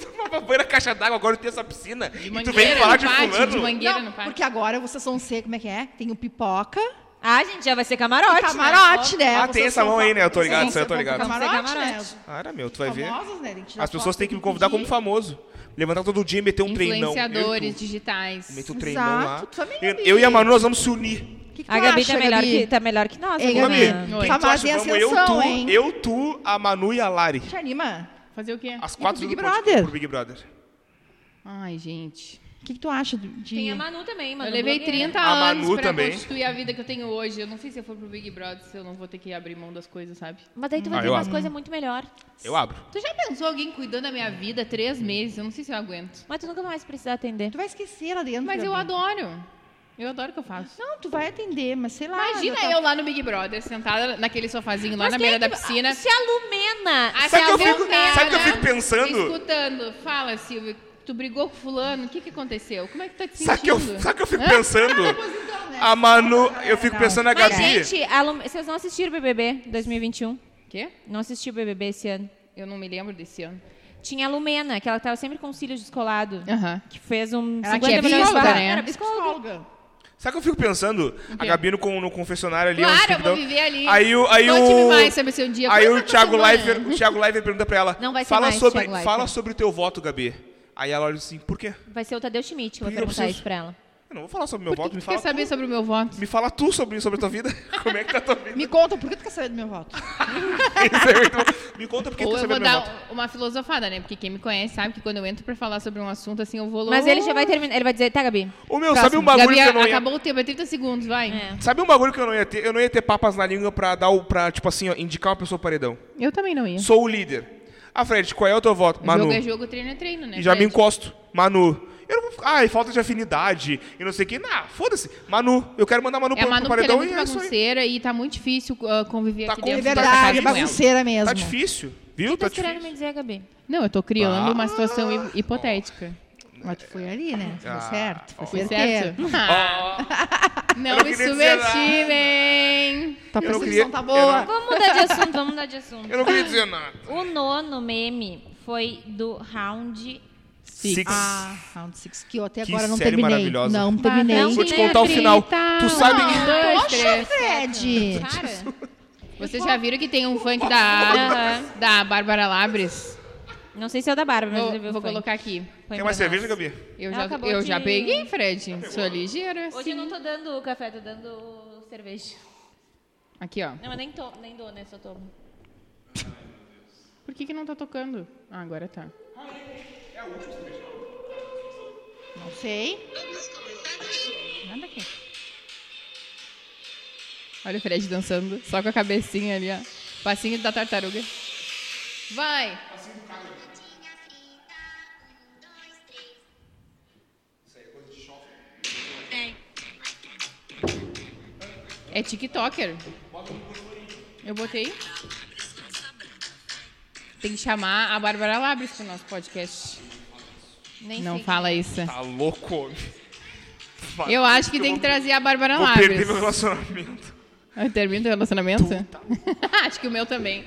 A: Tomava banho na caixa d'água, agora eu tenho essa piscina.
D: De
A: e tu vem me
D: mangueira
A: falar
D: no
A: de
D: pátio, de
A: fulano.
D: mangueira
C: Não,
D: no pátio.
C: porque agora vocês vão ser, como é que é? Tem o pipoca,
B: Ah, gente, já vai ser camarote. né?
C: camarote, né?
A: Ah,
C: Vocês
A: tem essa
C: vão
A: mão aí, né? Eu tô
C: vocês
A: ligado,
C: vão
A: isso aí eu tô
C: ser
A: ligado.
C: Camarote, né?
B: Camarote.
A: Cara, meu, tu vai ver.
C: Famosos, né? Tem que tirar
A: As pessoas
C: foto,
A: têm que me
C: tem
A: convidar como
C: pedir.
A: famoso. Levantar todo dia e meter um treinão. Eu e tu.
D: Influenciadores digitais.
A: Meto o
C: Exato,
A: treinão lá.
C: tu também,
A: Eu,
C: Gabi.
A: eu e a Manu, nós vamos se unir.
C: O que que
B: A
C: tu
B: Gabi
C: acha,
B: tá melhor,
C: Gabi?
B: que, tá melhor que nós.
C: Ei,
A: Ô, Gabi,
B: agora.
C: Gabi.
A: quem
C: Tá
A: tu acha?
C: fazendo
A: Vamos eu,
C: ascensão,
A: tu,
C: hein?
A: eu, tu, a Manu e a Lari.
C: Te anima?
D: Fazer o quê?
A: As quatro
C: Big
A: do podcast-
C: Brother?
A: pro Big Brother.
D: Ai, gente.
C: O que, que tu acha do- de...
B: Tem a Manu também, Manu.
D: eu levei
B: blogueira.
D: 30
A: A
D: anos
A: Manu
D: pra
A: também.
D: constituir a vida que eu tenho hoje. Eu não sei se eu for pro Big Brother, se eu não vou ter que abrir mão das coisas, sabe?
B: Mas daí tu vai
A: Ah,
B: ter
A: eu
B: umas
A: abro.
B: coisas muito melhor.
A: Eu abro.
D: Tu já pensou alguém cuidando da minha vida três meses? Eu não sei se eu aguento.
B: Mas tu nunca mais precisa atender.
C: Tu vai esquecer lá dentro.
D: Mas
C: Gabi.
D: eu adoro. Eu adoro o que eu faço.
C: Não, tu vai atender, mas sei lá. tá-
D: Imagina eu lá no Big Brother, sentada naquele sofazinho lá
B: Mas
D: na
B: quem é
D: beira da
B: que-
D: piscina.
B: Se a Lumena...
D: a
B: se
A: Sabe
B: a
A: o que eu fico-
B: Lumena-
A: sabe o que eu fico pensando?
D: Escutando. Fala, Silvio. Tu brigou com fulano? O que que aconteceu? Como é que tá te
A: Sabe o que eu,
D: sentindo?
A: sabe o que eu fico
D: [laughs]
A: pensando? A Manu, eu fico pensando na
B: Mas,
A: Gabi.
B: gente, a Lu- vocês não assistiram o BBB 2021?
D: Quê?
B: Não assisti o BBB esse ano.
D: Eu não me lembro desse ano.
B: Tinha a Lumena, que ela tava sempre com os cílios descolados.
D: Aham.
B: Que fez um
D: Ela
B: 50
D: que
B: milhões
D: é
B: de
D: psicóloga,
B: barra-
D: né?
B: Era psicóloga.
C: Psicóloga.
A: Sabe o que eu fico pensando? A
D: quê?
A: Gabi no, con- no confessionário ali.
D: Claro,
A: onde
D: eu
A: fica-
D: vou viver ali.
A: Aí o... Aí
D: Conte-me
A: o
D: mais sobre seu dia.
A: Aí
D: Conta
A: o
D: essa
A: Thiago
D: semana.
A: Leifert, o Thiago Leifert pergunta pra ela.
B: Não vai ser
A: fala
B: mais
A: sobre,
B: Thiago Leifert."
A: Fala sobre o teu voto, Gabi. Aí ela olha assim, por quê?
B: Vai ser o Tadeu Schmidt, que eu
A: Por que
B: vou
A: eu
B: perguntar
A: preciso?
B: isso pra ela.
A: Eu não vou falar sobre o meu voto, me
D: Tu quer
A: fala
D: saber sobre o meu voto?
A: Me fala tu sobre, sobre a tua vida. [laughs] Como é que tá a tua
D: [laughs]
A: vida? [laughs]
C: Me conta, por que tu quer saber do meu voto?
A: Isso é muito bom. Me conta porque tu
D: Ou eu
A: sabe
D: vou
A: meu voto.
D: dar uma filosofada, né? Porque quem me conhece sabe que quando eu entro pra falar sobre um assunto, assim, eu vou...
B: Mas ele já vai terminar. Ele vai dizer, tá, Gabi?
A: Ô meu,
D: Próximo.
A: sabe um bagulho
D: Gabi,
A: que eu não ia...
D: acabou o tempo, é 30 segundos, vai.
B: É.
A: Sabe um bagulho que eu não ia ter? Eu não ia ter papas na língua pra dar o... Pra, tipo assim, ó, indicar uma pessoa pro paredão.
D: Eu também não ia.
A: Sou o líder. Ah, Fred, qual é o teu voto? Manu.
D: Jogo é jogo, treino é treino, né?
A: E já me
D: Fred?
A: encosto. Manu. Eu não vou ficar... Ai, falta de afinidade e não sei o que. Nah, foda-se. Manu. Eu quero mandar a Manu
D: É,
A: pro,
D: a Manu
A: pro
D: porque ela
A: paredão
D: é
A: e
D: muito
A: é isso aí.
D: bagunceira e tá muito difícil uh, conviver
A: Tá
D: aqui
A: com-
D: dentro
C: É
A: É
D: da
C: verdade,
D: casa
C: é
D: com ela.
C: bagunceira mesmo.
A: Tá difícil. Viu?
B: O que
A: Tá
B: tá querendo
A: difícil.
B: me dizer,
D: [laughs]
B: Gabi?
D: Não, eu tô criando
A: Ah.
D: uma situação hi- hipotética.
C: Mas tu foi ali, né? Tu foi
A: Ah,
C: certo. Foi
D: Foi
C: certeiro.
D: certo? [laughs] Ah. Não
A: Eu não
D: me
A: queria dizer nada. Eu
D: subestimem!
C: Tua
A: não
C: percepção
A: queria-
C: tá
A: eu
C: boa.
A: não-
B: Vamos mudar de assunto, vamos mudar de assunto.
A: Eu não queria dizer nada.
B: O nono meme foi do round.
A: Six.
C: Ah, Round Six, que eu até
A: Que
C: agora não
A: série
C: terminei.
A: maravilhosa.
C: Não
B: Bah,
C: terminei.
B: Ah, não
A: Vou te
B: Quem
A: contar o final.
D: acredita?
A: Tu sabe
D: Um,
A: que...
D: dois,
C: Poxa,
D: três,
C: Fred!
B: Cara.
D: [laughs] Vocês já viram que tem um funk da,
B: [laughs] Aham.
D: da Bárbara Labres?
B: Não sei se é o da Bárbara, mas
D: Vou,
B: ele viu,
D: vou
B: foi.
D: colocar aqui.
B: Foi
A: Quer mais
B: pra nós.
A: cerveja, Gabi?
D: Eu
B: Ela
D: já,
B: acabou
D: eu já
B: de-
D: peguei, Fred. Sou ligeira.
B: Hoje eu não tô dando café, tô dando cerveja.
D: Aqui, ó.
B: Não, mas nem, to- nem dou, né? Só tomo.
D: Por que, que não tá tocando? Ah, agora tá.
C: Não sei. Nada aqui.
D: Olha o Fred dançando, só com a cabecinha ali, ó. Passinho da tartaruga. Vai! É TikToker. Eu botei. Tem que chamar a Bárbara Labres pro nosso podcast.
B: Nem
D: Não
B: sei.
D: fala isso.
A: Tá louco, homem. Vai,
D: Eu acho que tem
A: vou-
D: que trazer a Bárbara
A: Vou perder
D: Labres.
A: meu relacionamento.
D: Ah, Termina o relacionamento? [laughs] acho que o meu também.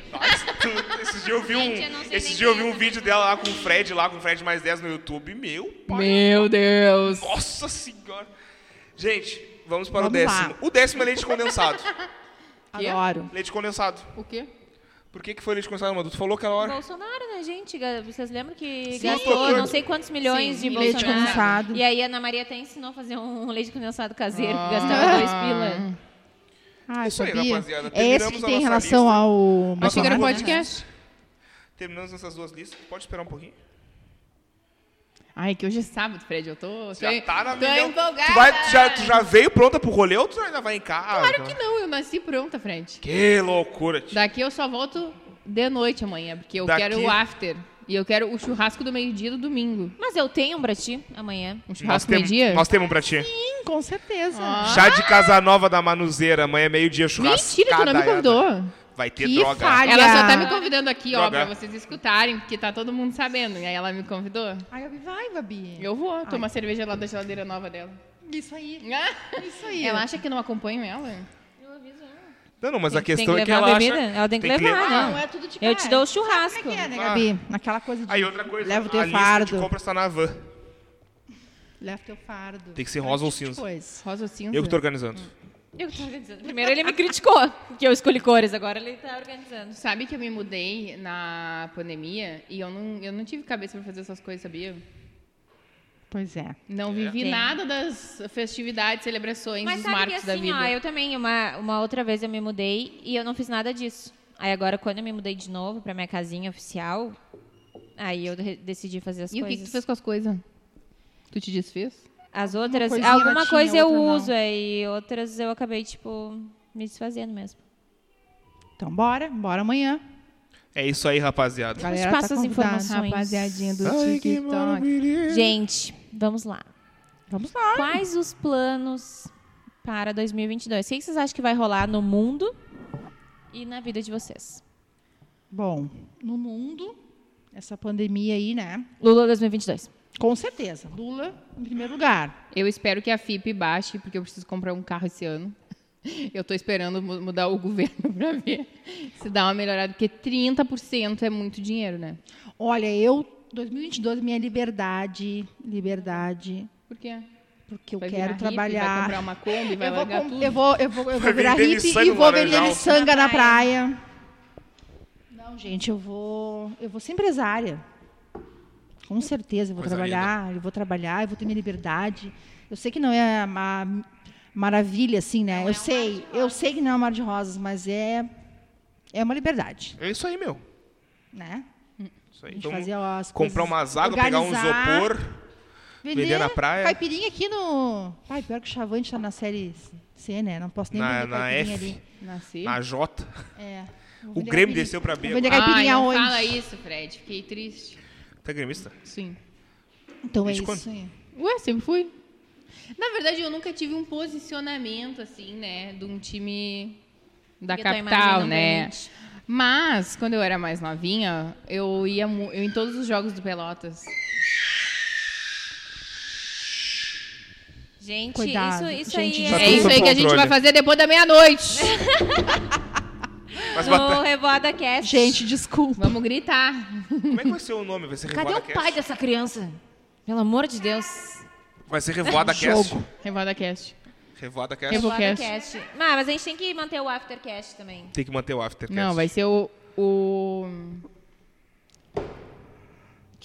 A: Esses dias eu vi um,
B: Gente, eu não sei
A: esses
B: nem
A: dias eu vi
B: quem é
A: um
B: essa
A: vídeo dela lá com o Fred, lá com o Fred mais 10 no YouTube. Meu pai.
D: Meu Deus.
A: Nossa senhora. Gente, vamos para
C: Vamos
A: o décimo.
C: lá.
A: O décimo é leite condensado.
D: Quê?
C: Adoro.
A: leite condensado.
D: O quê?
A: Por que, que foi leite condensado, Madu? Tu falou aquela hora.
B: Bolsonaro, né, gente? Ga- Vocês lembram que
A: Sim,
B: gastou
A: doutor.
B: não sei quantos milhões
D: Sim,
B: de
D: leite
B: Bolsonaro?
C: condensado.
B: E aí a Ana Maria até ensinou a fazer um leite condensado caseiro,
D: Ah.
B: que gastava dois pila.
C: Ah, eu
A: Isso aí,
C: sabia.
A: rapaziada.
C: É esse
A: Terminamos
C: que
A: a
C: tem em
A: nossa
C: relação
A: lista.
C: ao...
A: Nossa,
D: Achei que era um
A: vamos-
D: podcast.
A: Terminamos essas duas listas. Pode esperar um pouquinho?
D: Ai, que hoje é sábado, Fred. Eu tô.
A: Já
D: tô,
A: tá na
D: tô
A: milhão.
D: empolgada.
A: Tu, vai- tu já, tu já veio pronta pro rolê ou tu ainda vai em casa?
D: Claro que não, eu nasci pronta, Fred.
A: Que loucura, tio.
D: Daqui eu só volto de noite amanhã, porque eu
A: Daqui-
D: quero o after. E eu quero o churrasco do meio-dia do domingo.
B: Mas eu tenho um pra ti amanhã.
D: Um churrasco
A: temos,
D: meio-dia?
A: nós temos um pra ti.
C: Sim, com certeza.
D: Ah.
A: Chá de Casanova da Manuseira. Amanhã é meio-dia churrasco.
D: Mentira, tu não me convidou.
A: Vai ter
C: Que
A: droga.
C: falha.
D: Ela só tá
C: Olha.
D: me convidando aqui, ó,
A: Droga.
D: pra vocês escutarem, porque tá todo mundo sabendo. E aí ela me convidou.
C: Ai, Gabi, vai, Gabi.
D: Eu vou tomar cerveja lá da geladeira nova dela.
C: Isso aí, isso aí.
D: Ela acha que não acompanho ela?
A: Não, não, mas a
B: Tem- tem
A: questão
B: que
A: é que
B: levar
A: ela
B: a
A: acha...
B: bebida? Ela tem que levar,
C: Ah,
B: não.
C: não é tudo de
B: Eu
C: cara.
B: te dou o churrasco.
C: Como é que é, né,
A: Ah.
C: Gabi? Naquela coisa de...
A: Aí outra coisa,
C: Leva o
A: a
C: teu
A: lista de
C: fardo.
A: compras tá na van.
C: Leva teu fardo.
A: Tem que ser rosa ou
C: Esse tipo de
A: cinza.
C: coisa.
D: Rosa ou cinza?
A: Eu que tô organizando.
B: Eu que tô organizando. Primeiro ele me criticou, que eu escolhi cores, agora ele tá organizando.
D: Tu Sabe que eu me mudei na pandemia e eu não, eu não tive cabeça pra fazer essas coisas, sabia?
C: Pois é.
D: Não vivi
B: Tem.
D: nada das festividades, celebrações,
B: Mas
D: dos
B: sabe que
D: marcos da
B: assim,
D: vida.
B: ó, eu também, uma, uma outra vez eu me mudei e eu não fiz nada disso. Aí agora, quando eu me mudei de novo pra minha casinha oficial, aí eu re- decidi fazer as
D: E o
B: coisas.
D: que, que tu fez com as coisas? Tu te desfez?
B: As outras,
C: coisinha
B: alguma
C: ela tinha,
B: coisa eu
C: outra não.
B: uso, aí outras eu acabei, tipo, me desfazendo mesmo.
C: Então bora, bora amanhã.
A: É isso aí, rapaziada.
C: Galera,
B: Nos Tipo, passa
C: tá
B: as
C: convidada.
B: informações.
A: Ai, que maravilha.
B: Gente, vamos lá.
C: Vamos lá.
B: Quais os planos para 2022? O que que vocês acham que vai rolar no mundo e na vida de vocês?
C: Bom, no mundo, essa pandemia aí, né?
B: Lula 2022.
C: Com certeza. Lula em primeiro lugar.
D: Eu espero que a FIP baixe, porque eu preciso comprar um carro esse ano. [laughs] Eu tô esperando mu- mudar o [laughs] governo pra ver se dá uma melhorada, porque 30% é muito dinheiro, né?
C: Olha, eu, 2022, minha liberdade, liberdade,
D: Por quê?
C: porque eu
D: Vai virar
C: quero
D: hippie, Vai
C: trabalhar.
D: comprar uma Kombi, vai
C: eu, vou
D: largar
C: com-
D: tudo.
C: eu vou, eu vou, eu
A: Vai
C: vou virar
A: vender
C: hippie
A: miçanga
C: e
A: no
C: vou vender
A: Laranjal.
C: miçanga
B: Na
C: na praia. Não, gente, eu vou, eu vou ser empresária. Com certeza, eu vou
A: Coisa
C: trabalhar, eu vou trabalhar, eu vou ter minha liberdade. Eu sei que não é uma maravilha, assim,
D: É,
C: né?
D: um
C: eu sei, eu sei que não é um mar de rosas, mas é, é uma liberdade,
A: É isso aí, meu.
C: né?
A: Isso
C: A
A: aí.
C: gente
A: Então,
C: fazer as
A: comprar
C: coisas,
A: umas águas, pegar um
C: organizar,
A: isopor. vender na praia.
C: Caipirinha aqui no. Ai, pior que o Chavante tá na série C, né? Não posso nem
A: Na-
C: vender
A: na
C: caipirinha
A: F.
C: ali.
D: Nasci.
A: Na Jota.
C: É. Vou
A: O Grêmio
C: vender caipirinha.
A: desceu pra B.
C: Vou vender
A: agora.
D: Ai,
C: caipirinha
D: não
C: aonde?
D: fala isso, Fred. Fiquei triste.
A: Tá gremista?
D: Sim.
C: Então é
A: Desde
C: isso.
A: quando?
C: aí.
D: Ué, sempre fui. Na verdade, eu nunca tive um posicionamento, assim, né? De um time da
B: Porque tua imagem
D: capital,
B: não
D: né?
B: permite.
D: Mas, quando eu era mais novinha, eu ia mu- eu, em todos os jogos do Pelotas.
B: Gente,
C: Cuidado,
B: isso, isso
C: gente,
B: aí
C: Tá
D: é
A: tudo
D: isso
A: sob
D: aí que a gente
A: controle.
D: vai fazer depois da meia-noite.
A: Mas
B: no
A: bata...
B: Revoada Cast.
C: Gente, desculpa.
D: [laughs] Vamos gritar.
A: como é que vai ser o nome? Vai ser
B: cadê
A: Revoada
B: o pai
A: Cast?
B: dessa criança? Pelo amor de Deus.
A: Vai ser Revoada Cast.
D: Revoada Cast.
A: Revoada Cast.
D: Revocast.
B: Cast. Ah, mas a gente tem que manter o Aftercast também.
A: Tem que manter o Aftercast.
D: Não, vai ser o... o...
B: O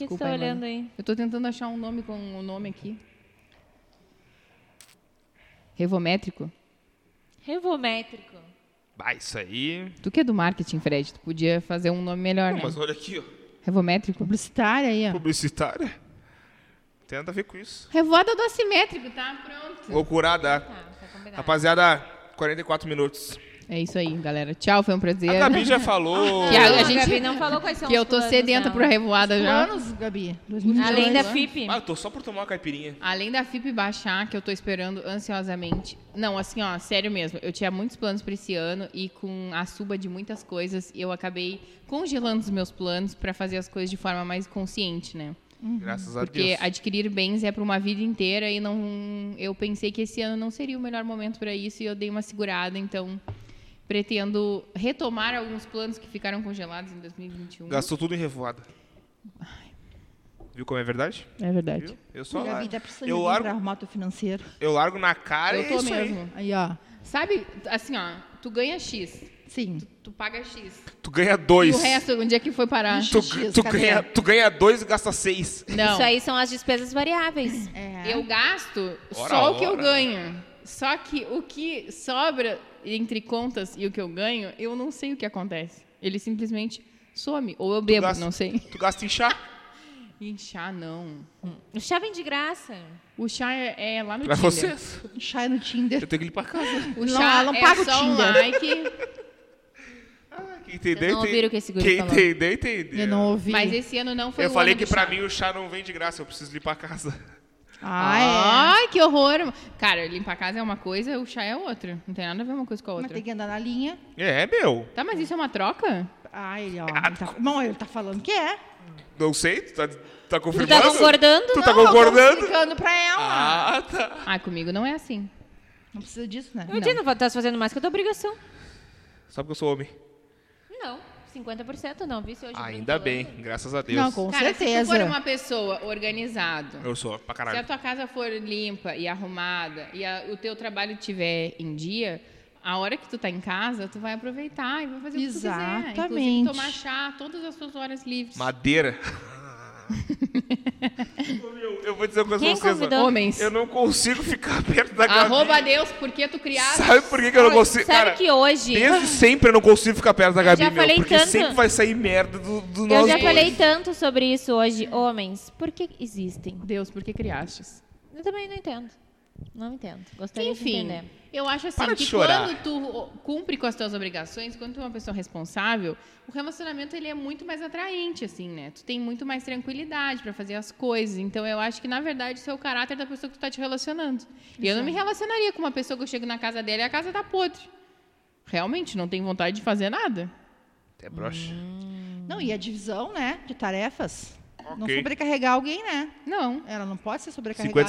B: que você
D: Desculpa
B: tá
D: aí,
B: olhando
D: mano.
B: aí?
D: Eu tô tentando achar um nome com o nome aqui. Revométrico?
B: Revométrico.
A: Vai, isso aí.
D: Tu que é do marketing, Fred. Tu podia fazer um nome melhor, né?
A: Mas olha aqui, ó.
D: Revométrico?
C: Publicitária aí, ó.
A: Publicitária. Tem nada a ver com isso.
D: Revoada do assimétrico, tá? Pronto.
A: Loucurada.
B: Tá, tá Ah, combinado.
A: Rapaziada, 44 minutos.
D: É isso aí, galera. Tchau, foi um prazer.
A: A Gabi já
B: [laughs]
A: falou.
D: Que a-
B: Não,
D: a gente-
B: Gabi, não falou quais são
D: Que
B: os
D: eu tô
B: planos
D: sedenta
B: dela.
D: por revoada já.
C: Planos, Gabi?
B: Além da
C: 2022?
B: FIP.
A: Ah, eu tô só por tomar uma caipirinha.
D: Além da FIP baixar, que eu tô esperando ansiosamente. Não, assim, ó, sério mesmo. Eu tinha muitos planos pra esse ano e com a suba de muitas coisas, eu acabei congelando os meus planos pra fazer as coisas de forma mais consciente, né?
A: Graças a
D: Porque
A: Deus.
D: adquirir bens é pra uma vida inteira e não eu pensei que esse ano não seria o melhor momento pra isso e eu dei uma segurada, então pretendo retomar alguns planos que ficaram congelados em 2021.
A: Gastou tudo em revoada. Viu como é verdade?
D: É verdade.
A: Viu? Eu só
C: Gabi, tá precisando
A: eu
C: eu
A: largo,
C: pra arrumar teu financeiro.
A: eu largo na cara
D: Eu
A: e é
D: tô
A: isso aí.
D: mesmo.
C: Aí, ó.
D: Sabe, assim, ó, tu ganha X,
C: Sim.
D: tu paga X.
A: Tu ganha
D: E
A: dois.
D: o resto, onde é que foi parar?
A: Tu,
C: X,
A: tu
C: cadê?
A: ganha, tu ganha dois e gasta seis.
D: Não,
B: Isso aí são as despesas variáveis.
C: É.
D: eu gasto
A: Ora,
D: só o que eu
A: ora.
D: ganho. Só que o que sobra entre contas e o que eu ganho, eu não sei o que acontece. Ele simplesmente some. Ou eu bebo,
A: gasta-
D: não sei.
A: Tu gasta em chá.
D: E chá, não.
B: O chá vem de graça.
D: O chá é, é lá no
A: Pra
D: Tinder.
A: vocês.
C: Chai no Tinder.
A: Eu tenho que ir pra casa.
D: O
C: Não,
D: chá
C: ela não
D: é
C: paga o
D: só um
C: Tinder.
D: [laughs] like.
A: Ah, Quem entender,
B: não ouviram o que esse guri
A: Quem
B: falou.
A: entender, entendeu.
C: Eu não ouvi.
D: Mas esse ano não foi
A: Eu
D: o
A: falei
D: ano
A: que
D: do
A: pra
D: chá.
A: mim o chá não vem de graça, eu preciso limpar a casa. [laughs]
C: Ah, é.
D: Ai, que horror. Cara, limpar a casa é uma coisa, o chá é outra. Não tem nada a ver uma coisa com a
C: Mas
D: outra.
C: tem que andar na linha.
A: É, meu.
D: Tá, mas isso é uma troca?
C: Ah, ele, ó. Ele tá... Bom, ele tá falando que é.
A: Não sei, tu tá, tá
B: Tu tá
A: confirmando?
B: concordando?
A: Tu tá
C: Não, eu tô
A: concordando?
C: explicando pra ela.
A: Ah, tá.
D: Ah, comigo não é assim.
C: Não precisa disso, né?
B: Não entendo, tá se fazendo mais que a tua obrigação.
A: Sabe que eu sou homem.
B: Não, 50% não, vi se hoje.
A: Ainda bem, graças a Deus.
C: Não, com
D: Cara,
C: certeza.
D: se tu for uma pessoa organizada,
A: Eu sou, pra
D: se a
A: caralho.
D: tua casa for limpa e arrumada e a- o teu trabalho estiver em dia, a hora que tu tá em casa, tu vai aproveitar e vai fazer o que tu quiser. Inclusive
C: Exatamente.
D: tomar chá, todas as tuas horas livres.
A: Madeira. Ô, meu, [laughs] eu vou dizer uma coisa
B: Quem
A: pra vocês.
B: convidou?
D: Homens,
A: ó. Eu não consigo ficar perto da Gabi.
D: arroba Deus, porque tu criaste...
A: Sabe por que, que eu não consigo?
B: Sabe
A: Cara,
B: que hoje.
A: desde sempre eu não consigo ficar perto da
B: Eu
A: Gabi,
B: já
A: meu.
B: falei
A: Porque
B: tanto.
A: sempre vai sair merda do, do
B: Eu
A: nós
B: já
A: dois.
B: falei tanto sobre isso hoje. Homens, por que existem?
D: Deus, porque criastes.
B: Eu também não entendo. Não entendo. Gostaria de
D: Enfim,
B: entender.
D: eu acho assim
A: Para de
D: que
A: chorar.
D: quando tu cumpre com as tuas obrigações, quando tu é uma pessoa responsável, o relacionamento ele é muito mais atraente, assim, né? Tu tem muito mais tranquilidade pra fazer as coisas. Então eu acho que, na verdade, isso é o caráter da pessoa que tu tá te relacionando. E eu não me relacionaria com uma pessoa que eu chego na casa dela e a casa tá podre. Realmente, não tem vontade de fazer nada.
A: É broxa.
C: Não, e a divisão, né? De tarefas. Não
A: Ok.
C: sobrecarregar alguém, né?
D: Não.
C: Ela não pode ser sobrecarregada.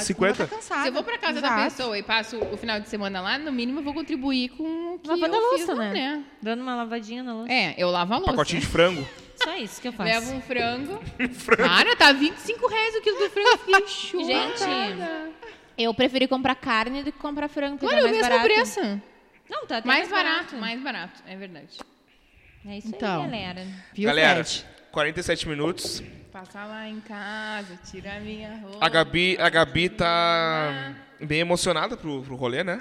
A: 50,
C: senão ela tá
A: 50.
C: cansada.
D: Se eu vou pra casa da
C: Exato.
D: pessoa e passo o final de semana lá, no mínimo eu vou contribuir com o que
B: Lavando a
D: eu
B: louça,
D: fiz, lá,
B: né? Dando uma lavadinha na louça.
D: É, eu lavo a louça.
A: Um Pacotinho de frango.
B: Só isso que eu faço.
D: Leva um frango. Cara, tá 25 reais o quilo do frango. Eu [laughs] Fiquei chocada.
B: Gente, Eu preferi comprar carne do que comprar frango, porque
D: olha
B: tá
D: o
B: mais
D: mesmo
B: barato.
D: preço.
B: Não, tá até
D: Mais barato, mais barato. É verdade.
B: É isso
C: Então.
B: aí, galera.
C: Viu,
A: Galera,
C: Fred?
A: 47 minutos.
D: Passar lá em casa, tirar minha roupa.
A: A Gabi, a Gabi tá
D: Ah.
A: bem emocionada pro, pro rolê, né?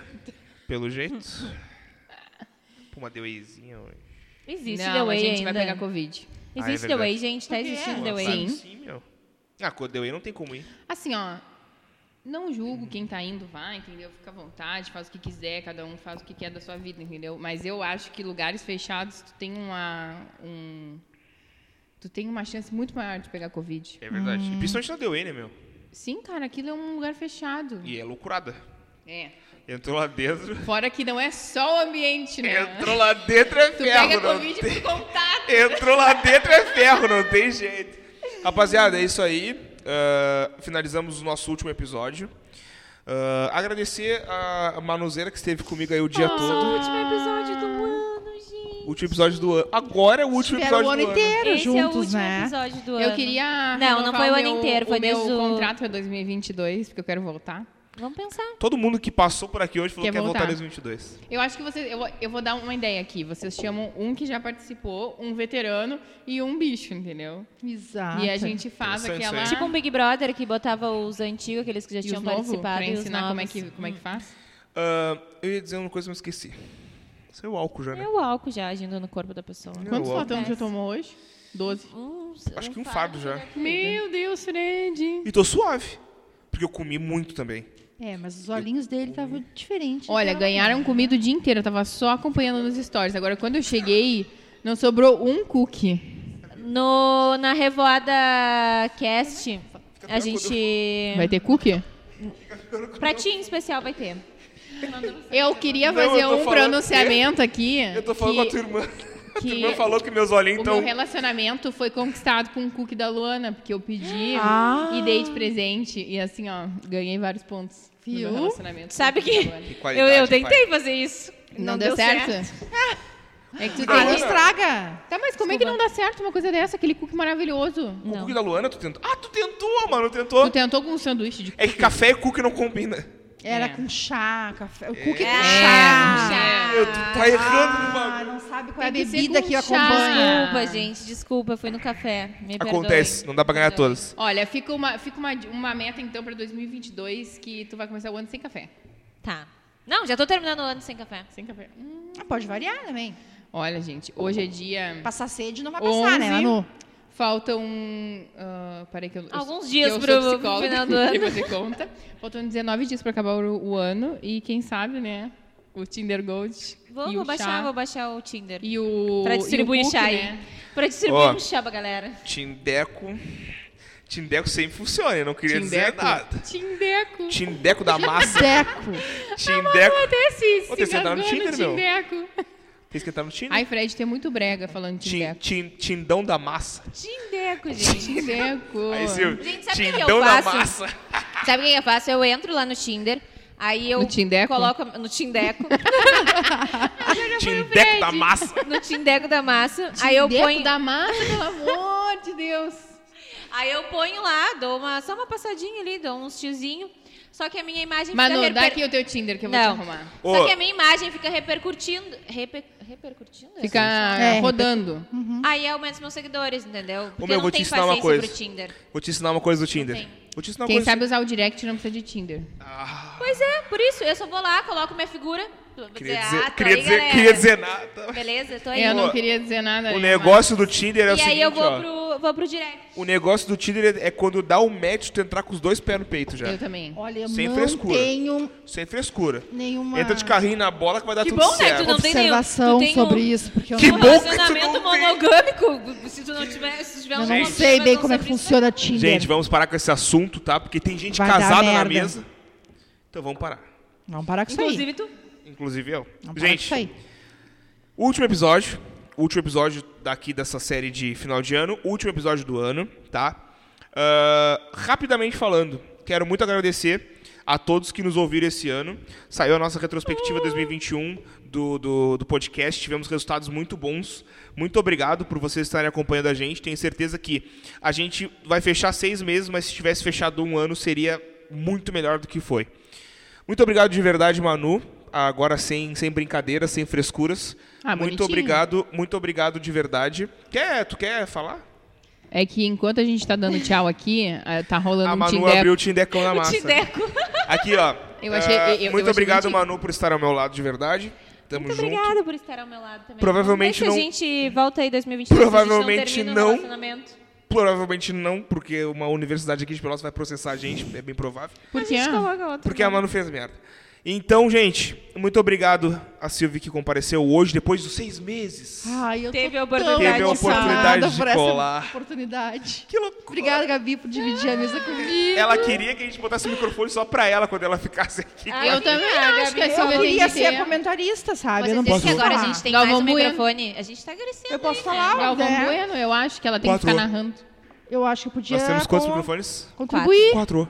A: Pelo jeito. Pô, uma deuezinha hoje.
B: Existe
D: Não,
B: The Way
D: a gente
B: ainda.
D: vai pegar
B: Existe
D: Covid.
A: Ah, é
B: The
A: verdade.
B: Way, gente. Tá
C: Por quê?
B: existindo The
A: Pô,
B: Way.
A: claro que Sim, meu. Ah, com o The Way não tem como ir.
D: Assim, ó. Não julgo quem tá indo, vai, entendeu? Fica à vontade, faz o que quiser, cada um faz o que quer da sua vida, entendeu? Mas eu acho que lugares fechados, tu tem uma. um- tu tem uma chance muito maior de pegar Covid.
A: É verdade.
D: Hum.
A: E principalmente na The Way, né, meu?
D: Sim, cara, aquilo é um lugar fechado.
A: E é loucurada.
D: É.
A: Entrou lá dentro.
D: Fora que não é só o ambiente, né?
A: Entrou lá dentro é
D: tu
A: ferro.
D: pega
A: não
D: Covid
A: tem-
D: por contato.
A: Entrou lá dentro é ferro, não tem jeito. Rapaziada, é isso aí. Ah, finalizamos o nosso último episódio. Ah, agradecer a Manuzeira que esteve comigo aí o dia todo.
B: Último episódio do ano, gente.
A: Último episódio do ano. Agora é o último
C: Tiveram
A: episódio
C: o ano
A: do ano.
C: inteiro
B: Esse
C: juntos,
B: é o último
C: né?
B: episódio do ano.
D: Eu queria.
B: Não, não
D: renovar
B: foi o ano
D: meu-
B: inteiro, foi
D: o meu
B: desde o-
D: contrato para 2022, porque eu quero voltar.
B: Vamos pensar.
A: Todo mundo que passou por aqui hoje falou
D: Quer
A: que quer voltar em
D: voltar.
A: 2022.
D: Eu acho que vocês. Eu, vou- eu vou dar uma ideia aqui. Vocês chamam um que já participou, um veterano e um bicho, entendeu?
C: Exato.
D: e a gente faz
A: Interessante
D: aquela.
A: isso
B: Ah, tá. Tipo um Big Brother que botava os antigos, aqueles que já
D: e
B: tinham
D: os novos,
B: participado.
D: pra
B: e os
D: ensinar como é,
B: novos.
D: que, como é que faz.
A: Ah, eu ia dizer uma coisa, mas esqueci. Isso é o álcool já, né?
B: É o álcool já agindo no corpo da pessoa.
A: Eu
D: Quantos
A: amo.
D: latão já tomou hoje? Doze.
B: Uns-
A: Acho que um fardo já.
D: Meu Deus, Fred.
A: E tô suave. Porque eu comi muito também.
C: É, mas os olhinhos dele estavam diferentes. Então,
D: Olha,
C: Tava-
D: ganharam comida o dia inteiro, eu tava só acompanhando nos stories. Agora, quando eu cheguei, não sobrou um cookie.
B: No, na Revoada Cast, a gente...
D: Vai ter cookie?
B: Pratinho especial vai ter.
D: Eu queria
A: Não, eu
D: fazer
A: tô
D: um
A: falando
D: pronunciamento aqui.
A: Eu tô falando
D: É,
A: então.
D: que
A: com a tua irmã.
D: que-
A: tua irmã falou que meus olhinhos
D: O
A: estão.
D: meu relacionamento foi conquistado com um cookie da Luana, porque eu pedi
C: Ah.
D: e dei de presente. E assim, ó, ganhei vários pontos no meu
C: Viu?
D: relacionamento. com
B: Sabe
D: o cookie
B: que-
D: da Luana.
B: Eu, eu tentei fazer isso.
D: Não, deu, certo? É que tu
C: Ah,
D: tem...
C: não estraga!
D: Tá, mas como é que não dá certo uma coisa dessa? Aquele cookie maravilhoso.
A: O
B: Não.
A: cookie da Luana, tu tentou. Ah, tu tentou, mano, tentou.
D: Tu tentou com um sanduíche de
A: É que café e cookie não combina.
C: Era
D: É.
C: com chá, café. O cookie
B: É,
C: com chá.
D: chá.
A: Meu, tu tá errando no
C: Ah,
A: bagulho.
C: não sabe qual é a
D: Tem que ser
C: bebida
D: com
C: que
D: chá.
C: acompanha.
D: Ah.
B: Desculpa, gente, desculpa, foi no café. Me perdoem.
A: Acontece, não dá pra ganhar todas.
D: Olha, fica uma, fica uma, uma meta então pra 2022 que tu vai começar o ano sem café.
B: Tá. Não, já tô terminando o ano sem café.
D: Sem café. Hum.
C: Ah, pode variar também.
D: Olha, gente, hoje é dia
C: Passar sede não vai passar, né,
D: 11. [laughs]
C: Manu?
D: Faltam. ah, peraí, que eu, eu-
B: Alguns
D: que
B: dias
D: eu
B: pro
D: sou psicóloga,
B: final do
D: [laughs] que
B: ano.
D: você conta. Faltam 19 dias pra acabar o, o ano e quem sabe, né? O Tinder Gold.
B: Vou,
D: e
B: vou
D: o chá,
B: baixar, vou baixar o Tinder.
D: E o.
B: Pra
D: e o
B: distribuir
D: cookie,
B: chá aí.
D: né?
B: Pra distribuir
A: Ó.
B: um chá pra galera.
A: Tindeco. Tindeco sempre funciona, eu não queria dizer
D: Tindeco.
A: nada.
D: Tindeco.
A: Tindeco da massa.
C: Deco.
A: Tindeco.
D: Até se,
A: Ô,
D: se
A: tem que sentar no
D: engasgou no
A: Tinder, meu.
D: Tindeco.
A: Tem que tentar no Tinder.
D: Ai, Fred, tem muito brega falando de
A: Tin-
D: Tindeco.
A: tin- Tindão da massa.
D: [laughs]
B: Tindeco, gente.
D: Tindeco.
A: Aí, Silvio.
B: Gente, sabe o que que eu
A: Tindão da
B: faço?
A: massa.
B: Sabe o que eu faço? Eu entro lá no Tinder, aí eu
D: No Tindeco?
B: coloco no Tindeco,
A: Tindeco da massa.
B: no Tindeco da massa,
D: [laughs]
B: aí eu
D: Tindeco
B: ponho,
D: da massa, pelo amor de Deus.
B: aí eu ponho lá, dou uma só uma passadinha ali, dou uns tiozinho. Só que a minha imagem
D: Manu,
B: fica
D: dá
B: reper...
D: aqui o teu Tinder que eu
B: Não.
D: vou te arrumar.
B: Só
A: Ô.
B: que a minha imagem fica repercutindo, reper... repercutindo.
D: Fica
C: É,
D: rodando.
B: Aí aumenta os meus seguidores, entendeu? Porque
A: meu,
B: eu não
A: vou te
B: tenho
A: ensinar uma
B: paciência
A: coisa.
B: pro Tinder.
A: Vou te ensinar uma coisa do Tinder.
B: tem.
A: Vou te ensinar uma
D: Quem
A: coisa. assim.
D: sabe usar o direct não precisa de Tinder.
A: Ah,
B: Pois é, por isso eu só vou lá, coloco minha figura, vou
A: queria
B: dizer,
A: dizer,
B: ah, tô
A: queria,
B: aí,
A: dizer,
B: galera.
A: queria dizer nada.
B: Beleza, tô aí.
D: Eu não
A: Ó,
D: queria dizer nada.
A: O
D: né,
A: negócio do Tinder é o
B: e aí
A: seguinte,
B: eu vou
A: ó.
B: pro, vou pro direct.
A: O negócio do Tinder é é quando dá o match tu entrar com os dois pés no peito já.
D: mas Eu também.
C: Olha, eu
A: Sem
C: não
A: frescura.
C: tenho
A: Sem frescura.
C: nenhuma
A: Entra de carrinho na bola que vai dar
B: Que
A: tudo
B: bom, né?
A: certo.
B: Tu não tem nenhum-
C: observação
B: tu tem
C: sobre
B: um-
C: isso, porque eu
A: Que
B: um
C: não,
A: bom que tu
B: relacionamento
A: não tem.
B: monogâmico. Se tu não tiver, se tiver
C: eu
B: um
C: não
A: Gente.
C: sei bem
B: relacionamento
C: como é que
B: sobre isso,
C: funciona a Tinder.
A: Gente, vamos parar com esse assunto, tá? Porque tem gente
C: Vai dar
A: casada na
C: merda.
A: mesa. Então vamos parar.
C: Não para com isso aí.
B: Inclusive tu.
A: Inclusive eu.
C: Não para com
A: gente,
C: isso aí.
A: Último episódio. Último episódio daqui dessa série de final de ano. Último episódio do ano, tá? Ah, rapidamente falando, quero muito agradecer a todos que nos ouviram esse ano. Saiu a nossa retrospectiva 2021 do, do, do podcast. Tivemos resultados muito bons. Muito obrigado por vocês estarem acompanhando a gente. Tenho certeza que a gente vai fechar seis meses, mas se tivesse fechado um ano, seria muito melhor do que foi. Muito obrigado de verdade, Manu. Agora sem, sem brincadeiras, sem frescuras.
D: Ah,
A: muito
D: bonitinho.
A: obrigado, muito obrigado de verdade. Quer, tu quer falar?
D: É que enquanto a gente tá dando tchau aqui, ah, tá rolando
A: a
D: um
A: Manu
D: Tinder.
A: abriu o Tindecão
D: [laughs]
A: na
B: O
A: massa.
B: Tindeco.
A: Aqui, ó.
D: Eu achei-
A: Ah,
D: eu- eu
A: muito
D: achei
A: obrigado,
D: bonitinho.
A: Manu, por estar ao meu lado de verdade. Tamo
B: Muito
A: junto.
B: obrigada por estar ao meu lado também.
A: Provavelmente
B: Vamos ver
A: não-
B: se a gente volta aí em 2022.
A: Provavelmente
B: se a gente
A: não.
B: não. termina o relacionamento.
A: Provavelmente não, porque uma universidade aqui de Pelotas vai processar a gente, é bem provável.
D: Por
B: A
D: quê?
B: gente coloca outro. né? Ah,
A: Porque a Manu fez merda. Então, gente, muito obrigado a Silvia que compareceu hoje, depois dos seis meses.
D: Ah.
C: Ai, eu
B: Teve
C: tô
B: a oportunidade
C: tão
B: Teve a
A: oportunidade
C: emocionada
A: de
C: por essa
A: colar.
C: oportunidade.
A: Que loucura.
C: Obrigada, Gabi, por dividir a mesa comigo.
A: Ela queria que a gente botasse o microfone só pra ela quando ela ficasse aqui.
B: Ah,
D: Eu também acho que a
C: Eu
D: Silvia tem
C: queria
D: que
C: ser
D: ter.
C: a comentarista, sabe?
B: Vocês
C: eu não
B: dizem
C: posso
B: que agora
C: falar.
B: a gente tem
D: Galvão
B: mais um
D: Bueno.
B: microfone. A gente tá crescendo.
C: Eu posso
B: hein,
C: falar?
B: né?
D: Galvão
C: né?
D: Bueno, eu acho que ela tem
A: Quatro.
D: que ficar narrando.
C: Eu acho que eu podia
A: Nós temos quantos
C: con-
A: microfones?
C: contribuir.
A: Quatro.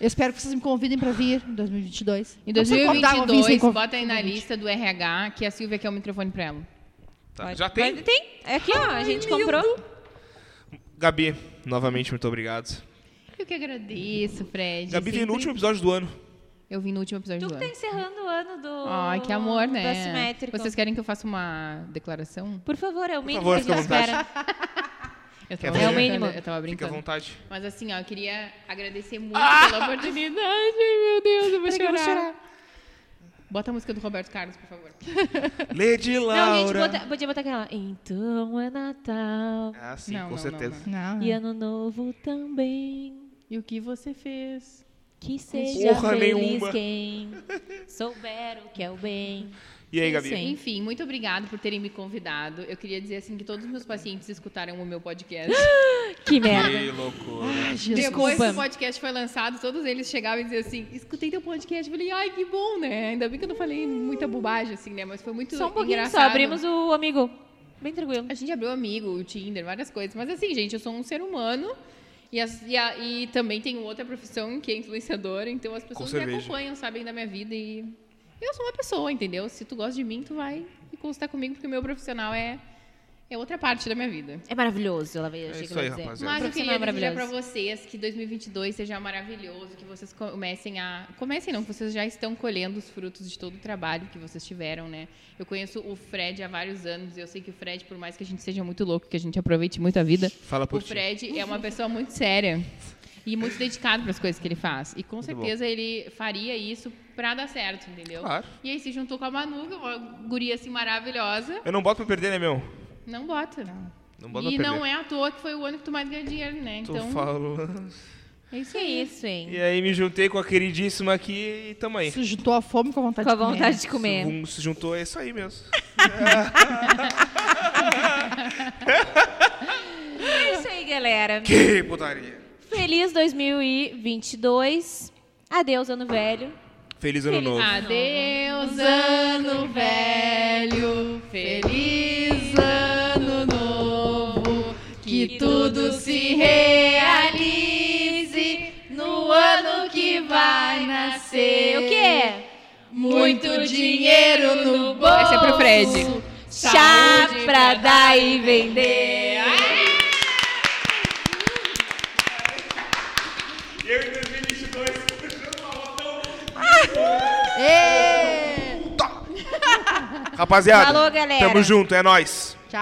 C: Eu espero que vocês me convidem pra vir em 2022.
D: Em
C: Não precisa convidar, eu vim sem
D: 2022,
C: conv-
D: bota aí na lista do RH que a Silvia quer o microfone pra ela.
A: Tá,
B: Pode-
A: Já tem?
B: Pode- Tem. É aqui, ó. A gente comprou.
A: Gabi, novamente, muito obrigado.
D: Eu que agradeço, Fred.
A: Gabi veio
D: sempre-
A: no último episódio do ano.
D: Eu vim no último episódio
B: Tu
D: do
B: que tá
D: ano.
B: encerrando o ano do.
D: Ai, que amor,
B: Da
D: né?
B: Simétrica.
D: Vocês querem que eu faça uma declaração?
B: Por favor, é o mínimo
A: favor,
B: que
A: fica
B: a
A: à
B: gente
A: vontade.
B: espera.
D: Eu
A: Quer
D: tava
A: fazer?
D: brincando,
B: É mínimo.
D: Eu tava
A: Fica à
D: brincando.
A: vontade.
D: [laughs]
A: Ah!
D: Mas assim, ó, eu queria agradecer muito pela oportunidade. Meu Deus, eu vou
B: Peraí que eu
D: chorar.
B: vou
D: Bota a música do Roberto Carlos, por favor.
A: Lady
B: Não, gente,
A: Laura.
B: bota- podia botar aquela. Então é Natal.
A: Ah, sim,
D: Não,
A: com
D: não,
A: certeza.
D: não,
C: Não.
B: E ano novo também.
D: E o que você fez?
B: Que seja
A: Porra
B: feliz
A: nenhuma. [laughs]
B: quem souber o que é o bem.
A: E aí,
B: Sim,
A: Gabi?
B: sim.
D: Enfim, muito obrigada por terem me convidado. Eu queria dizer assim que todos os meus pacientes escutaram o meu podcast.
A: [laughs]
B: Que merda.
A: Que loucura.
C: Ah,
D: Depois
B: [gasps] Desculpa.
D: que o podcast foi lançado, todos eles chegavam e diziam assim: escutei teu podcast. Eu falei, ai, que bom, né? Ainda bem que eu não falei muita bobagem, assim, né? Mas foi muito
B: Só um pouquinho,
D: engraçado.
B: só abrimos o amigo. Bem tranquilo.
D: A gente abriu amigo, o Tinder, várias coisas. Mas assim, gente, eu sou um ser humano e, as- e a- e também tenho outra profissão que é influenciadora. Então as pessoas me
A: cerveja.
D: acompanham, sabem da minha vida e eu sou uma pessoa, entendeu? Se tu gosta de mim, tu vai e consultar comigo, porque o meu profissional é, é outra parte da minha vida.
B: É maravilhoso, ela veio.
A: É
B: achei que
A: isso
B: ela ia
A: aí,
B: dizer.
A: rapaziada.
D: Mas eu
B: Profissional
D: queria desejar pra
B: é maravilhoso.
D: vocês que 2022 seja maravilhoso, que vocês comecem a... Comecem não, que vocês já estão colhendo os frutos de todo o trabalho que vocês tiveram, né? Eu conheço o Fred há vários anos, e eu sei que o Fred, por mais que a gente seja muito louco, que a gente aproveite muito a vida,
A: Fala
D: o
A: por ti.
D: Fred é uma pessoa muito séria e muito dedicado para as coisas que ele faz. E com
A: bom.
D: certeza ele faria isso pra dar certo, entendeu?
A: Claro.
D: E aí se juntou com a Manu, que é uma guria assim maravilhosa.
A: Eu não boto pra perder, né, meu?
D: Não bota.
A: Não boto
D: e
A: pra perder.
D: não é à toa que foi o ano que tu mais ganhou dinheiro, né?
A: Tu
D: Então,
A: falando.
D: é isso
B: Que
D: aí.
B: isso, hein?
A: E aí me juntei com a queridíssima aqui e tamo aí.
C: Se juntou a fome com a vontade
B: Com a
C: de comer.
B: vontade de comer.
A: Um se juntou, é isso aí mesmo. [laughs]
B: É isso aí, galera.
A: Que putaria.
B: Feliz 2022. Adeus, ano velho.
A: Feliz ano novo.
D: Ah, Adeus, ano velho, feliz ano novo, que tudo se realize no ano que vai nascer.
B: O quê?
D: Muito dinheiro no bolso. Essa é pro Fred.
B: Chá pra dar e vender.
A: Eu em 2022 puxando uma botão. Rapaziada,
B: Falou, galera.
A: tamo junto, é nóis.